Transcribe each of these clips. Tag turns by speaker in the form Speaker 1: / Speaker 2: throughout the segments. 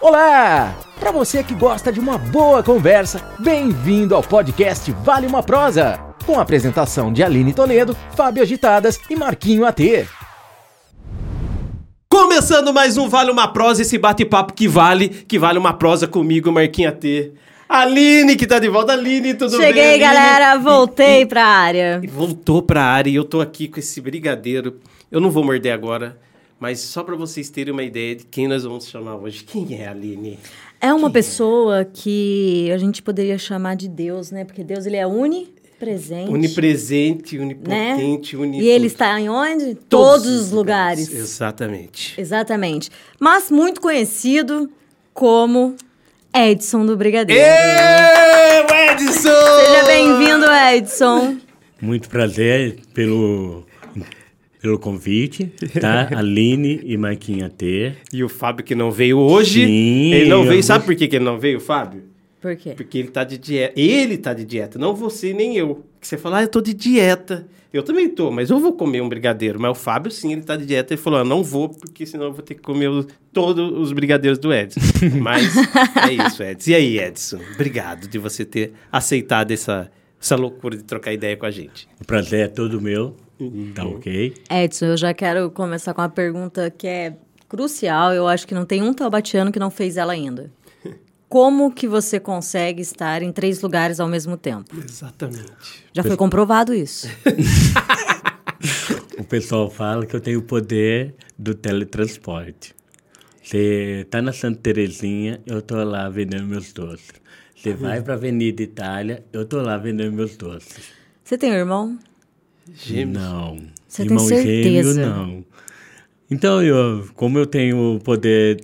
Speaker 1: Olá! Para você que gosta de uma boa conversa, bem-vindo ao podcast Vale uma Prosa, com a apresentação de Aline Toledo, Fábio Agitadas e Marquinho AT.
Speaker 2: Começando mais um Vale Uma Prosa, esse bate-papo que vale, que vale uma prosa comigo, Marquinha T. Aline, que tá de volta. Aline, tudo bem?
Speaker 3: Cheguei,
Speaker 2: Aline?
Speaker 3: galera, voltei
Speaker 2: E-
Speaker 3: pra área.
Speaker 2: e- Voltou pra área e eu tô aqui com esse brigadeiro. Eu não vou morder agora, mas só pra vocês terem uma ideia de quem nós vamos chamar hoje. Quem é, Aline?
Speaker 3: É uma pessoa que a gente poderia chamar de Deus, né? Porque Deus ele é unipresente.
Speaker 2: Onipresente,
Speaker 3: né?
Speaker 2: onipotente, uni...
Speaker 3: E ele está em onde? Todos, os lugares.
Speaker 2: Exatamente.
Speaker 3: Exatamente. Mas muito conhecido como Edson do Brigadeiro.
Speaker 2: Ê, o Edson!
Speaker 3: é Seja bem-vindo, Edson.
Speaker 4: Muito prazer pelo, pelo convite, tá? Aline e Marquinha T.
Speaker 2: E o Fábio que não veio hoje.
Speaker 4: Sim,
Speaker 2: ele não
Speaker 4: eu
Speaker 2: veio.
Speaker 4: vou-
Speaker 2: Sabe por que, que ele não veio, Fábio?
Speaker 3: Por quê?
Speaker 2: Porque ele tá de dieta. Ele tá de dieta, não você nem eu. Que você fala, ah, eu tô de dieta. Eu também tô, mas eu vou comer um brigadeiro. Mas o Fábio, sim, ele tá de dieta. Ele falou, ah, não vou, porque senão eu vou ter que comer o- todos os brigadeiros do Edson. mas é isso, Edson. E aí, Edson? Obrigado de você ter aceitado essa, essa loucura de trocar ideia com a gente.
Speaker 4: O prazer é todo meu, tá ok?
Speaker 3: Edson, eu já quero começar com uma pergunta que é crucial. Eu acho que não tem um taubatiano que não fez ela ainda. Como que você consegue estar em três lugares ao mesmo tempo?
Speaker 2: Exatamente.
Speaker 3: Já foi comprovado isso.
Speaker 4: O pessoal fala que eu tenho o poder do teletransporte. Você tá na Santa Terezinha, eu tô lá vendendo meus doces. Você vai pra Avenida Itália, eu tô lá vendendo meus doces.
Speaker 3: Você tem um irmão?
Speaker 2: Gêmeos.
Speaker 4: Não.
Speaker 3: Você tem certeza?
Speaker 4: não. Então, eu, como eu tenho o poder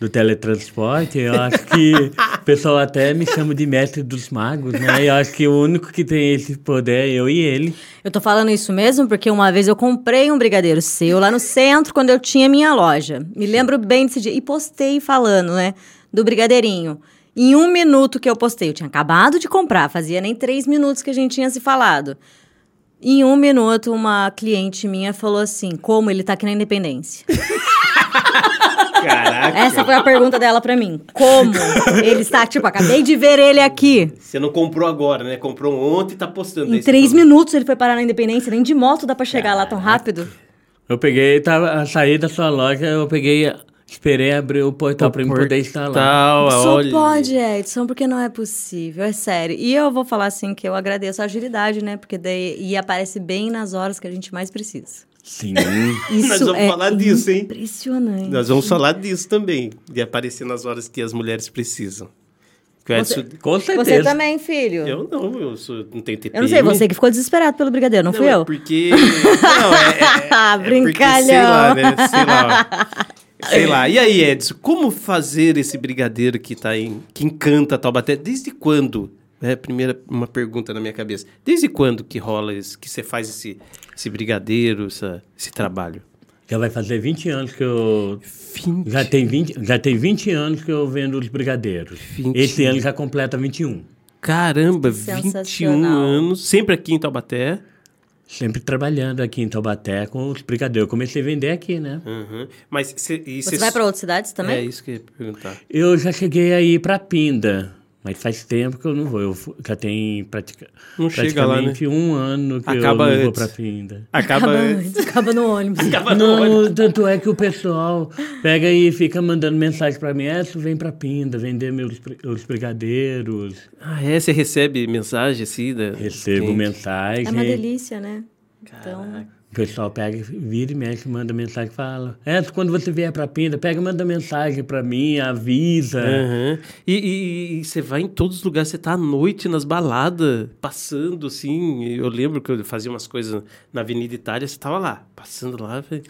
Speaker 4: do teletransporte, eu acho que o pessoal até me chama de mestre dos magos, né? Eu acho que o único que tem esse poder é eu e ele.
Speaker 3: Eu tô falando isso mesmo porque uma vez eu comprei um brigadeiro seu lá no centro quando eu tinha minha loja. Me lembro bem desse dia. E postei falando, né? Do brigadeirinho. Em um minuto que eu postei, eu tinha acabado de comprar, fazia nem três minutos que a gente tinha se falado. Em um minuto, uma cliente minha falou assim: como ele tá aqui na independência?
Speaker 2: Caraca.
Speaker 3: Essa foi a pergunta dela pra mim. Como ele está, tipo, acabei de ver ele aqui.
Speaker 2: Você não comprou agora, né? Comprou ontem e tá postando.
Speaker 3: Em
Speaker 2: Aí você
Speaker 3: três
Speaker 2: falou,
Speaker 3: minutos ele foi parar na independência, nem de moto dá pra chegar lá tão rápido.
Speaker 4: Eu peguei, tava a sair da sua loja, eu peguei, esperei abrir o portal pra mim poder instalar.
Speaker 2: Tal,
Speaker 3: Só
Speaker 2: olha.
Speaker 3: pode, Edson, porque não é possível, é sério. E eu vou falar assim que eu agradeço a agilidade, né? Porque daí e aparece bem nas horas que a gente mais precisa.
Speaker 4: Sim.
Speaker 3: Isso
Speaker 2: Nós vamos
Speaker 3: é
Speaker 2: falar disso, hein?
Speaker 3: Impressionante.
Speaker 2: Nós vamos falar disso também, de aparecer nas horas que as mulheres precisam. Que o Edson-
Speaker 4: Com
Speaker 3: Você
Speaker 4: certeza.
Speaker 3: também, filho. Eu,
Speaker 2: Eu não, eu sou, não tenho TPM.
Speaker 3: não sei, você que ficou desesperado pelo brigadeiro, não,
Speaker 2: Não,
Speaker 3: fui
Speaker 2: é
Speaker 3: eu.
Speaker 2: porque... Não, é- é... é porque, sei lá,
Speaker 3: Brincalhão.
Speaker 2: né? Sei lá. Sei lá. E aí, Edson, como fazer esse brigadeiro que tá em... Que encanta Taubaté? Desde quando? É a primeira uma pergunta na minha cabeça. Desde quando que rola isso? Que você faz esse, esse brigadeiro, essa- esse trabalho?
Speaker 4: Já vai fazer 20 anos que eu
Speaker 2: 20.
Speaker 4: Já tem 20, já tem 20 anos que eu vendo os brigadeiros.
Speaker 2: 20.
Speaker 4: Esse ano já completa 21.
Speaker 2: Caramba,
Speaker 3: Sensacional.
Speaker 2: 21 anos, sempre aqui em Taubaté.
Speaker 4: Sempre trabalhando aqui em Taubaté com os brigadeiros. Eu comecei a vender aqui, né?
Speaker 2: Uhum. Mas cê, e
Speaker 3: Você
Speaker 2: cê-
Speaker 3: vai pra outras cidades
Speaker 2: É
Speaker 3: também?
Speaker 2: isso que eu ia perguntar.
Speaker 4: Eu já cheguei aí para Pinda, mas faz tempo que eu não vou. Eu fu- já tem pratica,
Speaker 2: Não chega lá, né?
Speaker 4: praticamente um ano que
Speaker 2: Acaba
Speaker 4: eu não vou
Speaker 2: antes.
Speaker 4: para Pinda.
Speaker 2: Acaba. é
Speaker 3: antes, acaba no ônibus.
Speaker 2: Acaba não.
Speaker 4: Não, tanto é que o pessoal pega e fica mandando mensagem para mim, Edson, vem para Pinda vender meus bri- os brigadeiros.
Speaker 2: Ah, é? Você recebe mensagem assim? Da...
Speaker 4: Recebo
Speaker 2: Sim.
Speaker 4: mensagem.
Speaker 3: É uma delícia, né? Então,
Speaker 4: O pessoal pega, e vira e mexe, manda mensagem, fala. É, quando você vier pra Pinda, pega e manda mensagem pra mim, avisa.
Speaker 2: Aham. E- E e- e você vai em todos os lugares, você tá à noite nas baladas, passando assim. Eu lembro que eu fazia umas coisas na Avenida Itália, você tava lá, passando lá. falei,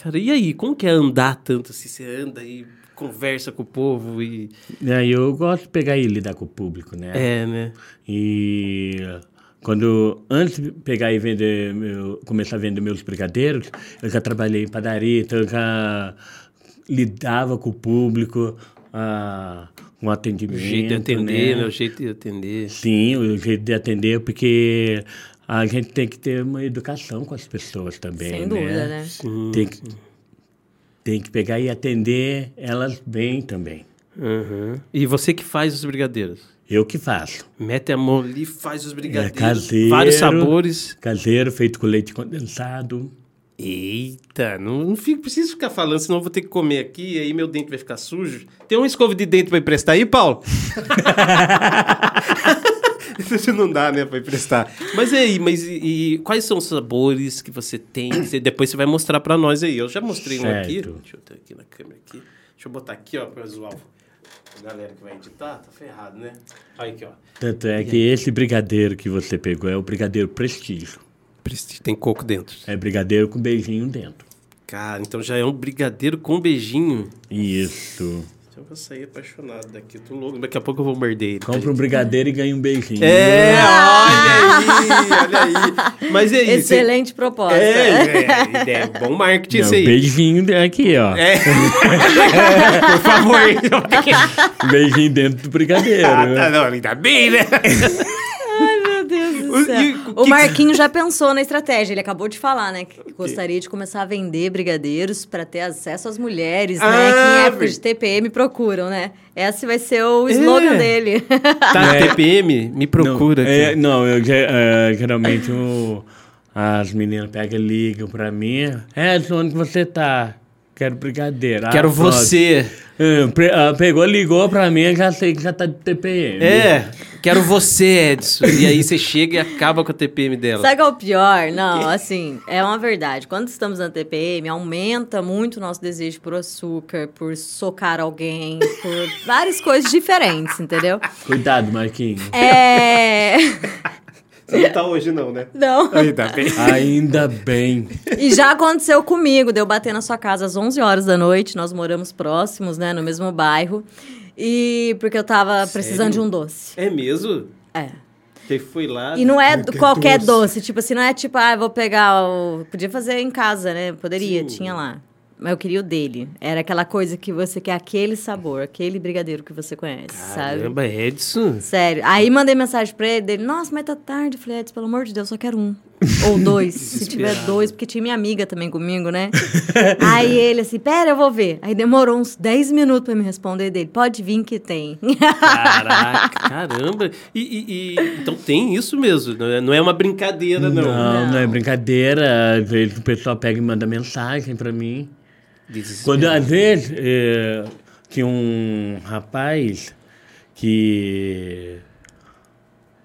Speaker 2: Cara, e aí? Como que é andar tanto assim? Você anda e conversa com o povo e.
Speaker 4: né? E aí eu gosto de pegar e lidar com o público, né?
Speaker 2: É, né?
Speaker 4: E quando, antes de pegar e vender, meu, começar a vender meus brigadeiros, eu já trabalhei em padaria, então eu já lidava com o público, ah, um atendimento.
Speaker 2: O jeito de atender,
Speaker 4: né?
Speaker 2: né? O jeito de atender.
Speaker 4: Sim, o jeito de atender, porque a gente tem que ter uma educação com as pessoas também.
Speaker 3: sem dúvida, né?
Speaker 4: Tem que, tem que pegar e atender elas bem também.
Speaker 2: Uhum. E você que faz os brigadeiros?
Speaker 4: Eu que faço.
Speaker 2: Mete a mão ali, faz os brigadeiros.
Speaker 4: É caseiro.
Speaker 2: vários sabores.
Speaker 4: Caseiro, feito com leite condensado.
Speaker 2: Eita, não, não fico, preciso ficar falando, senão eu vou ter que comer aqui e aí meu dente vai ficar sujo. Tem uma escova de dente pra emprestar aí, Paulo? Isso não dá, né, pra emprestar. Mas e aí, mas e, e quais são os sabores que você tem? Que você- depois você vai mostrar pra nós aí. Eu já mostrei um aqui.
Speaker 4: Certo.
Speaker 2: Deixa eu ter aqui na câmera aqui. Deixa eu botar aqui, ó, pra zoar a galera que vai editar. Tá ferrado, né? Olha aqui, ó.
Speaker 4: Tanto é que esse brigadeiro que você pegou é o brigadeiro prestígio.
Speaker 2: Presti- Tem coco dentro.
Speaker 4: É brigadeiro com beijinho dentro.
Speaker 2: Cara, então já é um brigadeiro com beijinho.
Speaker 4: Isso.
Speaker 2: Então Eu vou sair apaixonado daqui, eu tô louco. Daqui a pouco eu vou morder ele.
Speaker 4: Compra um brigadeiro e ganha um beijinho.
Speaker 2: É, olha aí, olha aí. Mas e aí?
Speaker 3: Excelente
Speaker 2: Cê...
Speaker 3: proposta.
Speaker 2: É, é, é, bom marketing
Speaker 4: É um
Speaker 2: isso aí.
Speaker 4: beijinho de- aqui, ó.
Speaker 2: É. Por favor.
Speaker 4: Um beijinho dentro do brigadeiro.
Speaker 2: Ah, tá,
Speaker 4: né?
Speaker 2: não, ainda bem, né?
Speaker 3: Ai, meu Deus do
Speaker 2: O-
Speaker 3: céu.
Speaker 2: e o
Speaker 3: O
Speaker 2: que-
Speaker 3: Marquinho já pensou na estratégia. Ele acabou de falar, né? Que gostaria de começar a vender brigadeiros para ter acesso às mulheres, né? Que
Speaker 2: Ah,
Speaker 3: em época de TPM procuram, né? Esse vai ser o slogan
Speaker 2: É.
Speaker 3: dele.
Speaker 2: Tá, TPM, me procura.
Speaker 4: não,
Speaker 2: aqui.
Speaker 4: é, não, eu ge- é, geralmente o- as meninas pegam e ligam pra mim. É, onde que você tá? Quero brigadeiro. Ah,
Speaker 2: Quero
Speaker 4: pronto.
Speaker 2: você.
Speaker 4: É, pre- ah, pegou, ligou pra mim, eu já sei que já tá de TPM.
Speaker 2: É, quero você, Edson. E aí você chega e acaba com a TPM dela.
Speaker 3: Sabe qual é o pior? Não, assim, é uma verdade. Quando estamos na TPM, aumenta muito o nosso desejo por açúcar, por socar alguém, por várias coisas diferentes, entendeu?
Speaker 4: Cuidado, Marquinhos.
Speaker 3: É.
Speaker 2: Você não tá hoje, não, né?
Speaker 3: Não.
Speaker 2: Ainda bem.
Speaker 4: Ainda bem.
Speaker 3: E já aconteceu comigo, deu bater na sua casa às 11 horas da noite, nós moramos próximos, né, no mesmo bairro. E porque eu tava precisando de um doce.
Speaker 2: É mesmo?
Speaker 3: É.
Speaker 2: Você foi lá.
Speaker 3: E não é do- qualquer doce. tipo assim, não é tipo, ah, vou pegar o. Podia fazer em casa, né? Poderia, tinha lá. Mas eu queria o dele. Era aquela coisa que você quer aquele sabor, aquele brigadeiro que você conhece, sabe?
Speaker 2: Caramba, Edson.
Speaker 3: Sério. Aí mandei mensagem pra ele, dele, nossa, mas tá tarde. Eu Falei, Edson, pelo amor de Deus, só quero um. Ou dois, se tiver
Speaker 2: Desesperado.
Speaker 3: dois, porque tinha minha amiga também comigo, né? Aí ele assim, pera, eu vou ver. Aí demorou uns 10 minutos pra me responder dele, pode vir que tem.
Speaker 2: Caraca, caramba. E, e- e- então tem isso mesmo, não é, não é uma brincadeira, não.
Speaker 4: Não, não, é brincadeira. Às vezes o pessoal pega e manda mensagem pra mim.
Speaker 2: Desespero.
Speaker 4: Quando às vezes eh, tinha um rapaz que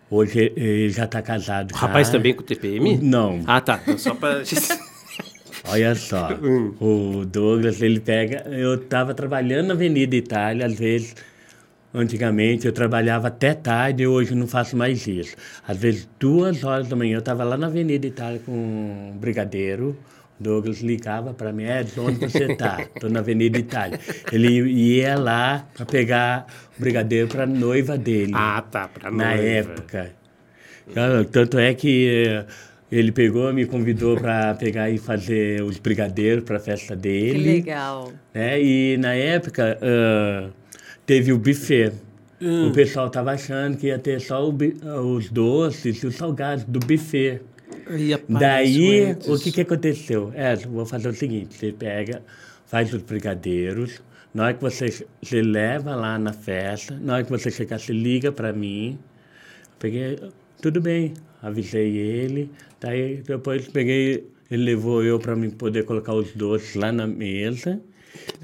Speaker 4: hoje ele já tá casado.
Speaker 2: O rapaz
Speaker 4: já.
Speaker 2: também com TPM?
Speaker 4: Não.
Speaker 2: Ah, tá. Então Só pra.
Speaker 4: Olha só, o Douglas, ele pega. Eu tava trabalhando na Avenida Itália, às vezes. Antigamente eu trabalhava até tarde e hoje eu não faço mais isso. Às vezes, duas horas da manhã, eu tava lá na Avenida Itália com um brigadeiro. O Douglas ligava para mim: Edson, onde você tá? Tô na Avenida Itália. Ele ia lá para pegar o brigadeiro para noiva dele
Speaker 2: ah, tá. Pra
Speaker 4: na
Speaker 2: noiva.
Speaker 4: época. é. Ah, Tanto é que eh, ele pegou, me convidou para pegar e fazer os brigadeiros para a festa
Speaker 3: que
Speaker 4: dele.
Speaker 3: legal.
Speaker 4: Né? E na época ah, teve o buffet. O pessoal tava achando que ia ter só o bi- ah, os doces e os salgados do buffet.
Speaker 2: Aí aparece
Speaker 4: Daí,
Speaker 2: o
Speaker 4: o que, que aconteceu? É, vou fazer o seguinte: você pega, faz os brigadeiros, na hora que você, você leva lá na festa, na hora que você chegar, você liga para mim. Peguei, tudo bem, avisei ele. Daí, depois peguei, ele levou eu para mim poder colocar os doces lá na mesa.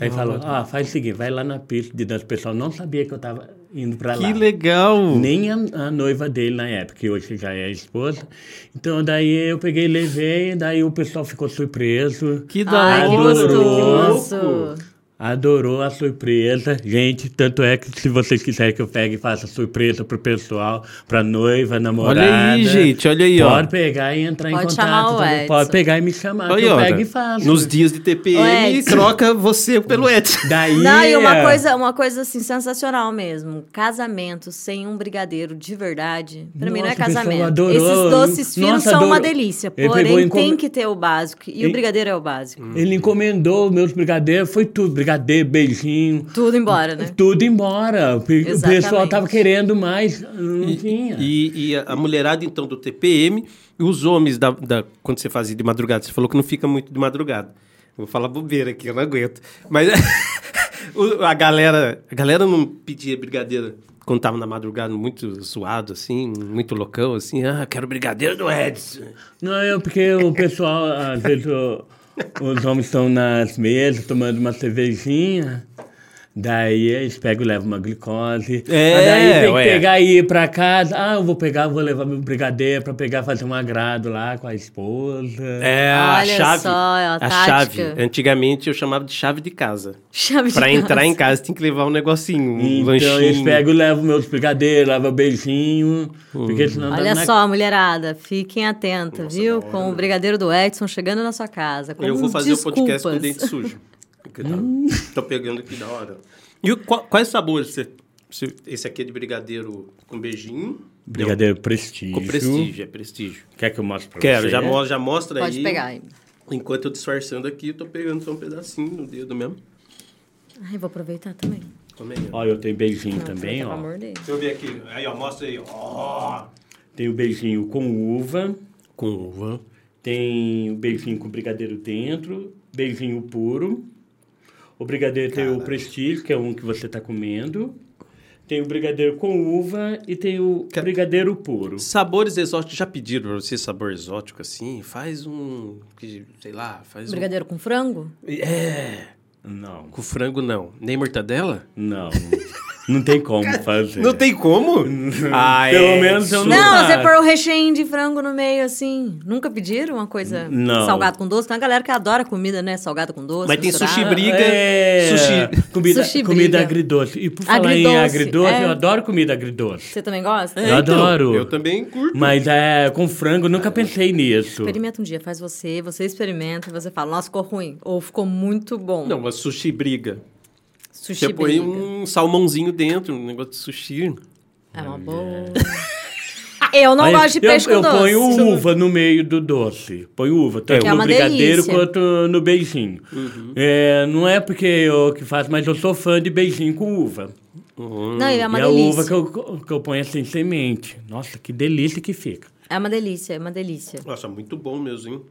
Speaker 4: Aí falou: ah, faz o seguinte, vai lá na pista de dança. O pessoal não sabia que eu tava indo para lá.
Speaker 2: Que legal.
Speaker 4: Nem a, a noiva dele na época, que hoje já é a esposa. Então, daí eu peguei e levei, daí o pessoal ficou surpreso.
Speaker 2: Que da
Speaker 3: Ai, que
Speaker 2: hora.
Speaker 3: gostoso.
Speaker 4: Adorou a surpresa. Gente, tanto é que se vocês quiserem que eu pegue e faça surpresa pro pessoal, pra noiva, namorada.
Speaker 2: Olha aí, gente, olha aí, ó.
Speaker 4: Pode pegar e entrar em
Speaker 3: Pode chamar
Speaker 4: contato.
Speaker 3: o
Speaker 4: também.
Speaker 3: Edson.
Speaker 4: Pode pegar e me chamar, que
Speaker 2: Aí,
Speaker 4: eu
Speaker 2: ó, tá.
Speaker 4: pego e faço.
Speaker 2: nos dias de
Speaker 3: Ô,
Speaker 2: TPM,
Speaker 3: Edson.
Speaker 2: troca você pelo Edson.
Speaker 4: Daí...
Speaker 3: Não, e uma
Speaker 4: é,
Speaker 3: coisa, uma coisa assim, sensacional mesmo. Casamento sem um brigadeiro de verdade, pra mim não é
Speaker 4: Nossa, o pessoal
Speaker 3: casamento.
Speaker 4: adorou.
Speaker 3: Esses doces finos
Speaker 4: Nossa,
Speaker 3: são uma
Speaker 4: adorou.
Speaker 3: delícia,
Speaker 4: Ele
Speaker 3: porém
Speaker 4: pegou e encom-
Speaker 3: tem que ter o básico. E, o
Speaker 4: E-
Speaker 3: brigadeiro é o básico.
Speaker 4: Ele encomendou meus brigadeiros, foi tudo. Brigadeiro, beijinho,
Speaker 3: Tudo embora, né?
Speaker 4: Tudo embora. O pe- o pessoal
Speaker 3: Exatamente.
Speaker 4: tava querendo mais, não tinha.
Speaker 2: É. E, e a a mulherada, então, do TPM, e os homens, da, da- quando você fazia de madrugada, você falou que não fica muito de madrugada. Vou falar bobeira aqui, eu não aguento. Mas o- a galera, a galera não pedia brigadeiro quando tava na madrugada muito zoado, assim, muito loucão, assim, ah, quero brigadeiro do Edson.
Speaker 4: Não, é porque o pessoal, às vezes, o- os homens estão nas mesas tomando uma cervejinha. Daí eles pegam e levam uma glicose.
Speaker 2: É,
Speaker 4: Mas daí tem
Speaker 2: ué.
Speaker 4: que pegar e ir pra casa. Ah, eu vou pegar, vou levar meu brigadeiro pra pegar, fazer um agrado lá com a esposa.
Speaker 2: É
Speaker 3: Olha
Speaker 2: a chave.
Speaker 3: só, a
Speaker 2: a
Speaker 3: tática.
Speaker 2: chave. Antigamente eu chamava de chave de casa.
Speaker 3: Chave de
Speaker 2: Pra entrar
Speaker 3: casa.
Speaker 2: em casa tem que levar um negocinho, um
Speaker 4: Então
Speaker 2: lanchinho.
Speaker 4: eles pegam e levam meus brigadeiros, levam um beijinho. Porque
Speaker 2: Hum.
Speaker 4: senão
Speaker 3: Olha
Speaker 2: né?
Speaker 4: dá na-
Speaker 3: só, mulherada, fiquem atenta, viu? Com o brigadeiro do Edson chegando na sua casa. Com
Speaker 2: Eu vou fazer
Speaker 3: desculpas.
Speaker 2: o podcast com o dente sujo. Porque tá, tô pegando aqui da hora. E o- qual- quais sabores você, você- Esse aqui é de brigadeiro com beijinho.
Speaker 4: Brigadeiro
Speaker 2: Não,
Speaker 4: prestígio.
Speaker 2: com prestígio, é prestígio.
Speaker 4: Quer que eu mostre pra
Speaker 2: Quero,
Speaker 4: você?
Speaker 2: já, mo- já mostra
Speaker 3: Pode
Speaker 2: aí.
Speaker 3: pegar aí.
Speaker 2: Enquanto eu disfarçando aqui, eu tô pegando só um pedacinho no dedo mesmo.
Speaker 3: Ai, vou aproveitar também.
Speaker 2: Come aí, ó.
Speaker 4: Ó, eu tenho beijinho também,
Speaker 3: Pelo
Speaker 4: ó.
Speaker 3: amor de Deus.
Speaker 2: Deixa eu ver aqui. Aí, ó, mostra aí. ó.
Speaker 4: Tem o beijinho com uva,
Speaker 2: Com uva.
Speaker 4: tem o beijinho com brigadeiro dentro, beijinho puro. O brigadeiro tem o prestígio, que é um que você tá comendo. Tem o brigadeiro com uva e tem o
Speaker 2: Ca-
Speaker 4: brigadeiro puro.
Speaker 2: Sabores exóticos. Já pediram pra você sabor exótico assim? Faz um. que- Sei lá, faz
Speaker 3: Brigadeiro com frango?
Speaker 2: um. É.
Speaker 4: Não,
Speaker 2: Com frango não. Nem mortadela?
Speaker 4: não. não tem como fazer.
Speaker 2: Não tem como? ah,
Speaker 4: Pelo menos eu
Speaker 3: Não,
Speaker 4: Não dá.
Speaker 3: você põe o recheio de frango no meio, assim. Nunca pediram uma coisa
Speaker 4: Não.
Speaker 3: salgado com doce? Tem uma galera que adora comida, né? Salgado com doce.
Speaker 2: Mas tem
Speaker 3: misturado.
Speaker 2: sushi bri- briga,
Speaker 4: É,
Speaker 2: sushi.
Speaker 4: Comida,
Speaker 3: Sushi
Speaker 4: comida
Speaker 3: briga.
Speaker 4: agridoce. E por falar em
Speaker 3: Agridoce,
Speaker 4: agridoce,
Speaker 3: é.
Speaker 4: eu adoro comida agridoce. É, então,
Speaker 3: Você também gosta?
Speaker 4: Eu adoro.
Speaker 2: Eu também curto.
Speaker 4: Mas é, com frango eu nunca pensei nisso.
Speaker 3: Experimenta um dia, faz você, você experimenta e você fala, nossa, ficou ruim. Ou ficou muito bom.
Speaker 2: Não, mas sushi briga.
Speaker 3: Sushi
Speaker 2: Você põe
Speaker 3: briga.
Speaker 2: um salmãozinho dentro, um negócio de sushi.
Speaker 3: É uma boa. é. Eu não
Speaker 4: Aí,
Speaker 3: gosto de
Speaker 4: eu-
Speaker 3: peixe
Speaker 4: eu,
Speaker 3: com doce.
Speaker 4: ponho uva no meio do doce. Põe uva, tanto
Speaker 3: Que é
Speaker 4: no
Speaker 3: uma
Speaker 4: brigadeiro
Speaker 3: delícia.
Speaker 4: quanto no beijinho. É, não é porque eu que faço, mas eu sou fã de beijinho com uva.
Speaker 3: Não, é uma
Speaker 4: um. e
Speaker 3: delícia.
Speaker 4: a uva que eu, que eu ponho assim semente. Nossa, que delícia que fica.
Speaker 3: É uma delícia, é uma delícia.
Speaker 2: Nossa, muito bom mesmo, hein?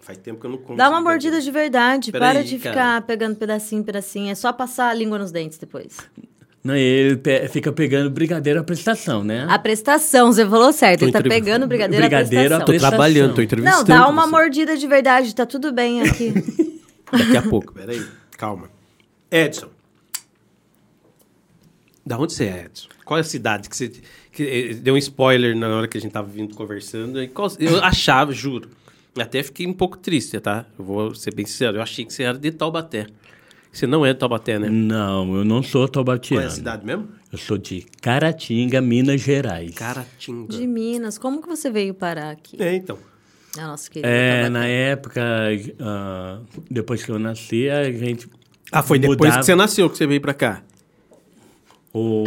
Speaker 2: Faz tempo que eu não como.
Speaker 3: Dá uma
Speaker 2: esse
Speaker 3: mordida de verdade.
Speaker 2: Pera
Speaker 3: Para
Speaker 2: aí,
Speaker 3: de ficar
Speaker 2: cara.
Speaker 3: pegando pedacinho, pedacinho. É só passar a língua nos dentes depois.
Speaker 4: Não, ele pe- fica pegando brigadeiro à prestação, né?
Speaker 3: A prestação, você falou certo.
Speaker 2: Tô
Speaker 3: Ele tá
Speaker 2: entrevi-
Speaker 3: Ah, pegando o brigadeiro,
Speaker 4: Brigadeiro,
Speaker 3: a
Speaker 4: tô
Speaker 3: prestação.
Speaker 4: tra- trabalhando, tô
Speaker 3: Não, dá uma mordida de verdade. Tá tudo bem aqui.
Speaker 2: Daqui a pouco, peraí. Calma. Edson. Da onde você é, Edson? Qual é a cidade que você. que, eh, deu um spoiler na hora que a gente tava vindo conversando. e qual- eu achava, juro. Até fiquei um pouco triste, tá? Eu vou ser bem sincero. Eu achei que você era de Taubaté. Você não é de Taubaté, né?
Speaker 4: Não, eu não sou
Speaker 2: Qual é
Speaker 4: taubatiano.
Speaker 2: a cidade mesmo?
Speaker 4: eu sou de Caratinga, Minas Gerais.
Speaker 2: Caratinga.
Speaker 3: De Minas, como que você veio parar aqui?
Speaker 2: É, então.
Speaker 3: Na nossa querida.
Speaker 4: É,
Speaker 3: Tabaté.
Speaker 4: na época, ah, depois que eu nasci, a gente.
Speaker 2: Ah, foi depois
Speaker 4: mudava
Speaker 2: que você nasceu que você veio pra cá.
Speaker 4: O...